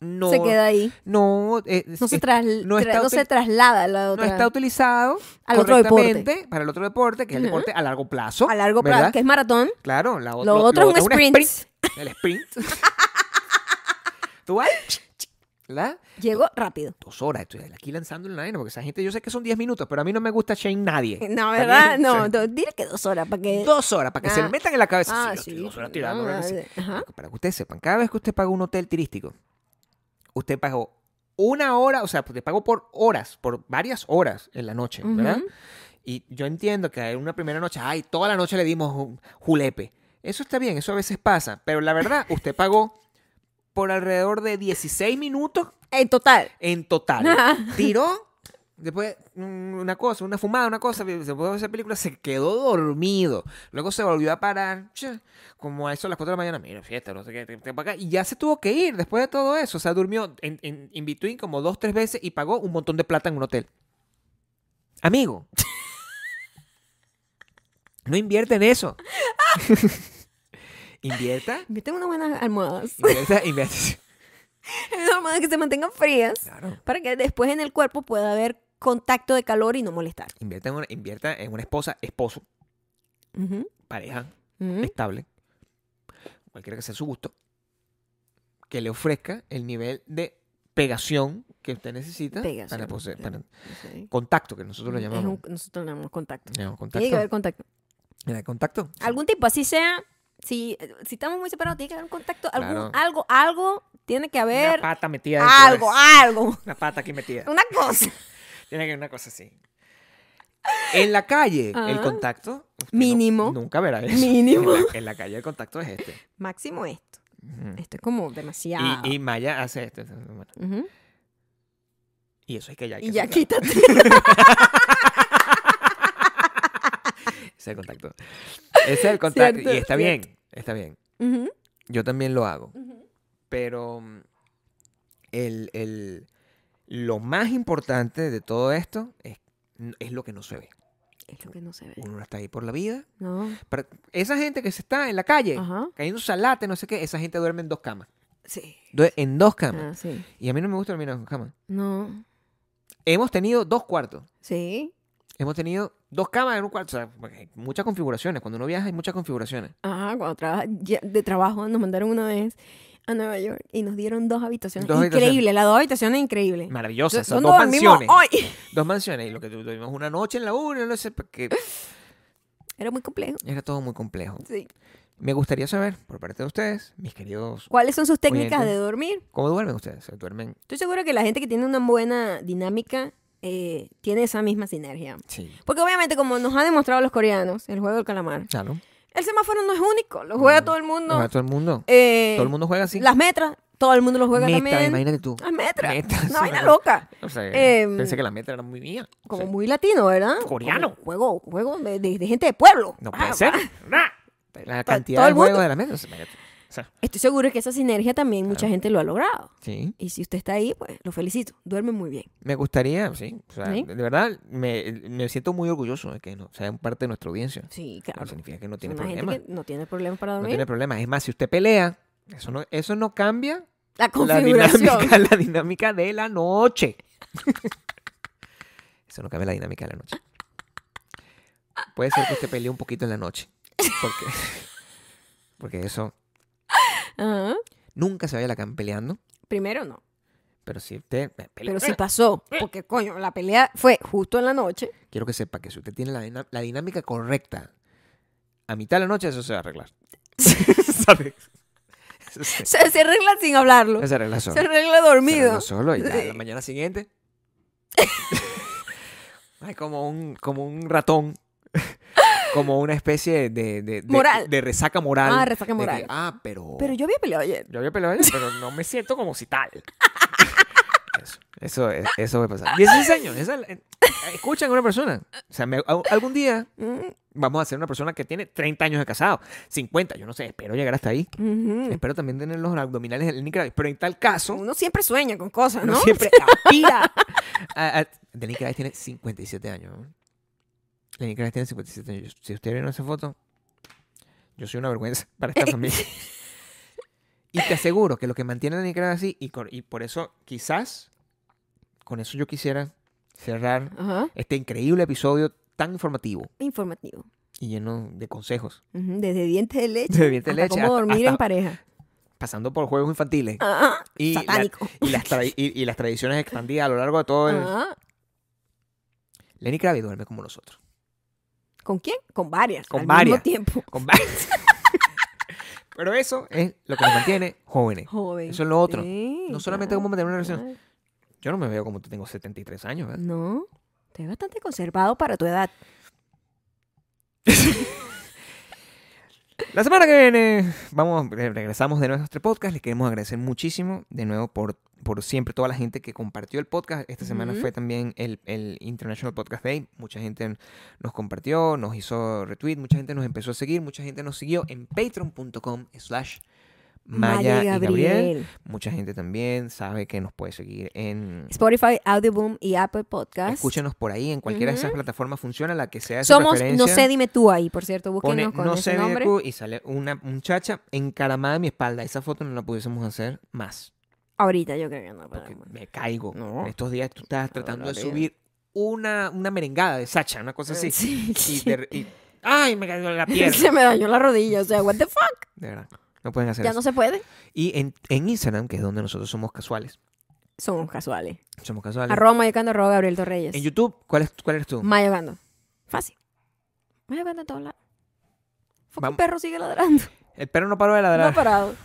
S2: no
S1: Se queda ahí.
S2: no, eh,
S1: No se,
S2: es-
S1: tras-
S2: no
S1: tra-
S2: está
S1: no
S2: util-
S1: se traslada a la
S2: no
S1: otra.
S2: está utilizado
S1: Al otro deporte.
S2: correctamente para el otro deporte, que es el
S1: Ujú.
S2: deporte a largo plazo.
S1: a largo plazo,
S2: ¿verdad?
S1: que es maratón.
S2: Claro, la o-
S1: Lo otro es un sprint.
S2: El sprint. *laughs* Tú vas, ¿verdad?
S1: Llego rápido.
S2: Dos horas, estoy aquí lanzando la vaina, porque esa gente, yo sé que son 10 minutos, pero a mí no me gusta Shane nadie.
S1: *laughs* No, ¿verdad?
S2: bien,
S1: No,
S2: sí.
S1: do- dile que dos horas para que...
S2: Dos horas, para que se
S1: Ah.
S2: le metan en la cabeza.
S1: Ah,
S2: yo estoy
S1: sí,
S2: dos horas
S1: sí,
S2: tirando,
S1: no,
S2: ¿verdad? Sí.
S1: vale. Ajá.
S2: Para que ustedes sepan, cada vez que usted paga un hotel turístico, usted pagó una hora, o sea, te pagó por horas, por varias horas en la noche, ¿verdad?
S1: Ujú.
S2: Y yo entiendo que en una primera noche, ay, toda la noche le dimos un julepe. Eso está bien, eso a veces pasa, pero la verdad, usted pagó por alrededor de 16 minutos
S1: En total.
S2: en total.
S1: Ajá.
S2: Tiró, después mm, una cosa, una fumada, una cosa, después de esa película se quedó dormido. Luego se volvió a parar, che, como a eso a las 4 de la mañana, mira, fiesta, no sé qué, te- te- pa' acá. Y ya se tuvo que ir después de todo eso. O sea, durmió en, en, in between como dos, tres veces y pagó un montón de plata en un hotel. Amigo. *laughs* No invierte en eso. *laughs* invierta.
S1: Invierten unas buenas almohadas. *laughs*
S2: Invierta, invierta. *laughs*
S1: Es normal que se mantengan frías
S2: Claro.
S1: para que después en el cuerpo pueda haber contacto de calor y no molestar.
S2: Invierta en una, invierta en una esposa, esposo,
S1: Ujú,
S2: pareja,
S1: ujú.
S2: estable, cualquiera que sea su gusto, que le ofrezca el nivel de pegación que usted necesita para
S1: Pegación,
S2: poseer,
S1: claro.
S2: para
S1: Sí.
S2: contacto, que nosotros lo
S1: Es
S2: llamamos.
S1: un- nosotros le llamamos contacto.
S2: Llamamos
S1: Tiene que
S2: contacto.
S1: haber contacto.
S2: Mira, contacto.
S1: Algún tipo, así sea. Si, si estamos muy separados, tiene que haber un contacto. algún-
S2: Claro.
S1: Algo, algo tiene que
S2: Una
S1: haber.
S2: pata metida. dentro de-
S1: Algo, ah. algo.
S2: Una pata aquí metida.
S1: Una cosa.
S2: Tiene que haber una cosa así. En la calle, el
S1: Ajá.
S2: contacto. usted no-
S1: Ah. Mínimo.
S2: nunca verá eso.
S1: Mínimo.
S2: En la, en la calle el contacto es
S1: *laughs*
S2: este.
S1: *laughs* Máximo esto.
S2: Ujú.
S1: Esto es Este, como demasiado.
S2: Y, y Maya hace esto. Bueno,
S1: Ujú.
S2: y eso es que ya hay que
S1: Y ya
S2: hacerlo.
S1: quítate.
S2: *laughs* Ese es el contacto. Ese es el contacto.
S1: Cierto,
S2: y está
S1: cierto.
S2: bien, está bien.
S1: Ujú,
S2: Yo también lo hago.
S1: ujú.
S2: Pero mm, el, el- lo más importante de todo esto es, es lo que no se ve.
S1: Es lo que no se ve.
S2: Uno no está ahí por la vida.
S1: No.
S2: Para- esa gente que se está en la calle,
S1: Ajá.
S2: cayendo salate, no sé qué, esa gente duerme en dos camas.
S1: Sí.
S2: Due- en dos
S1: Ah,
S2: camas.
S1: sí.
S2: Y a mí no me gusta dormir en dos camas.
S1: No.
S2: Hemos tenido dos cuartos.
S1: Sí.
S2: Hemos tenido dos camas en un cuarto. O sea, porque hay muchas configuraciones. Cuando uno viaja hay muchas configuraciones.
S1: Ajá, cuando traba- ya- de trabajo nos mandaron una vez a Nueva York y nos dieron dos habitaciones.
S2: Dos
S1: increíble,
S2: habitaciones.
S1: las dos habitaciones increíbles.
S2: Maravillosas. Son
S1: ¿Dónde
S2: dos
S1: dormimos
S2: mansiones.
S1: hoy? *laughs*
S2: Dos mansiones. Y lo que tu- tuvimos una noche en la una, no
S1: *gasps*
S2: sé, porque
S1: Era muy complejo.
S2: era todo muy complejo.
S1: Sí.
S2: Me gustaría saber, por parte de ustedes, mis queridos,
S1: ¿Cuáles son sus técnicas
S2: Oyente.
S1: de dormir?
S2: ¿cómo duermen ustedes? ¿Se duermen?
S1: Estoy segura que la gente que tiene una buena dinámica eh, tiene esa misma sinergia.
S2: Sí.
S1: Porque obviamente, como nos han demostrado los coreanos, el juego del calamar,
S2: Claro.
S1: el semáforo no es único, lo juega
S2: No,
S1: todo el mundo.
S2: ¿A todo el mundo?
S1: Eh,
S2: ¿Todo el mundo juega así?
S1: Las metras, todo el mundo lo juega
S2: meta,
S1: también. *gasps*
S2: imagínate tú.
S1: Las metras.
S2: Meta, sí,
S1: una vaina
S2: una cosa-
S1: loca.
S2: O sea,
S1: Em,
S2: pensé que la meta era muy mía. O
S1: Como
S2: sea,
S1: muy latino, ¿verdad?
S2: Coreano.
S1: Como Juego, juego de, de- de gente de pueblo.
S2: No
S1: Ah,
S2: puede ser. *laughs* Ra. La cantidad
S1: todo el
S2: de juegos
S1: mundo.
S2: de la meta. O sea, imagínate. O sea,
S1: Estoy seguro que esa sinergia también mucha gente lo ha logrado.
S2: sí.
S1: Y si usted está ahí, pues lo felicito. Duerme muy bien.
S2: Me gustaría, sí. O sea,
S1: ¿Sí?
S2: de verdad, me, me siento muy orgulloso de que no, sean parte de nuestra audiencia.
S1: Sí,
S2: Claro,
S1: claro.
S2: significa que no tiene
S1: Una gente
S2: problemas.
S1: que no tiene problemas para
S2: No
S1: dormir.
S2: tiene problemas. Es más, si usted pelea, eso no, eso no cambia
S1: La
S2: la
S1: configuración.
S2: dinámica, la dinámica de la noche. *laughs* Eso no cambia la dinámica de la noche. Puede ser que usted pelee un poquito en la noche. Porque, *laughs* porque eso
S1: *laughs* Ajá.
S2: nunca se vaya a la cama peleando.
S1: Primero no.
S2: Pero si usted eh, pelea,
S1: Pero sí pasó.
S2: Eh.
S1: Porque, coño, la pelea fue justo en la noche. *laughs*
S2: quiero que sepa que si usted tiene la, dina- la dinámica correcta, a mitad de la noche eso se va a
S1: *laughs*
S2: arreglar. ¿Sabes? Eso se,
S1: Se, se arregla sin hablarlo.
S2: eso se arregla solo.
S1: Se arregla
S2: Se
S1: dormido.
S2: arregla solo y ya,
S1: Sí.
S2: la mañana siguiente. *laughs* Hay como un, como un ratón. *laughs* como una especie de, de, de-
S1: Moral.
S2: de resaca moral.
S1: Ah, resaca
S2: de que,
S1: moral.
S2: ah, pero.
S1: Pero yo había peleado ayer.
S2: Yo había peleado ayer, pero no me siento como si
S1: *laughs*
S2: tal. Eso, eso, es- eso va a pasar. 16 años. esa- eh, escuchan a una persona. O sea, me- al- algún día
S1: Mm,
S2: vamos a ser una persona que tiene 30 años de casado, 50, yo no sé, espero llegar hasta ahí.
S1: ujú.
S2: Espero también tener los abdominales en Nicaragua. Pero en tal caso,
S1: Uno siempre sueña con cosas,
S2: no
S1: ¿no? *laughs*
S2: siempre aspira. a, a- Lenny Kravitz tiene 57 años. ¿no? Lenny Kravitz tiene 57 años. Si ustedes vieron esa foto, yo soy una vergüenza *laughs* para esta familia. y te aseguro que lo que mantiene a Lenny Kravitz así, y, con- y por eso quizás, con eso yo quisiera cerrar
S1: Ajá.
S2: este increíble episodio tan informativo
S1: Informativo.
S2: y lleno de consejos.
S1: Ujú, Desde dientes de leche.
S2: De dientes de
S1: hasta
S2: leche
S1: cómo
S2: hasta-
S1: dormir en
S2: hasta-
S1: pareja.
S2: pasando por juegos infantiles
S1: Ah,
S2: y, la-
S1: satánico.
S2: y *laughs* las tra- y- y las tradiciones expandidas a lo largo de todo el...
S1: Ah,
S2: Lenny Kravitz duerme como nosotros.
S1: ¿Con quién? Con varias.
S2: Con
S1: al
S2: varias.
S1: mismo tiempo.
S2: Con va- *laughs* Pero eso es lo que nos mantiene jóvenes.
S1: Joven.
S2: Eso es lo otro.
S1: Sí,
S2: No solamente
S1: claro,
S2: cómo mantener una relación.
S1: claro.
S2: Yo no me veo como tú tengo 73 años. ¿verdad?
S1: No. Te ves bastante conservado para tu edad.
S2: La semana que viene vamos, re- regresamos de nuevo a nuestro podcast. Les queremos agradecer muchísimo de nuevo por, por siempre toda la gente que compartió el podcast. Esta semana
S1: Ujú.
S2: fue también el, el International Podcast Day. Mucha gente nos compartió, nos hizo retweet, mucha gente nos empezó a seguir, mucha gente nos siguió en patreon.com slash Maya y Gabriel. Mucha gente también sabe que nos puede seguir en...
S1: Spotify, Audioboom y Apple Podcast.
S2: Escúchenos por ahí, en cualquiera de
S1: Ujú.
S2: esas plataformas funciona, la que sea de su
S1: Somos No
S2: preferencia.
S1: sé, dime tú ahí, por cierto.
S2: Pone
S1: Búsquenos con
S2: no
S1: ese
S2: sé
S1: nombre.
S2: Videcu y sale una muchacha encaramada en mi espalda. Esa foto no la pudiésemos hacer más.
S1: Ahorita yo creo que no.
S2: Porque
S1: podemos.
S2: me caigo.
S1: No.
S2: En estos días tú estás tratando de
S1: Horrible.
S2: subir una, una merengada de Sacha, una cosa
S1: *laughs*
S2: así.
S1: Sí,
S2: Y
S1: sí.
S2: de re- y- ¡Ay! Me cayó en la
S1: *laughs*
S2: pierna.
S1: Se me dañó la rodilla. O sea, what the fuck.
S2: De verdad. No pueden hacer
S1: Ya
S2: eso.
S1: no se puede.
S2: Y en, en Instagram, que es donde nosotros somos casuales.
S1: Somos casuales.
S2: Somos casuales.
S1: Arroba mayocando, arroba Gabriel Torreyes.
S2: En YouTube, ¿cuál, es, ¿cuál eres tú?
S1: Mayocando. Fácil. Mayocando en todos lados. Fuck,
S2: Vam-
S1: un perro sigue ladrando.
S2: El perro no paró de
S1: No
S2: ladrar.
S1: ha parado.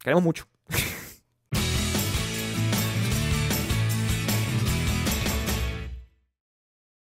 S2: Queremos mucho.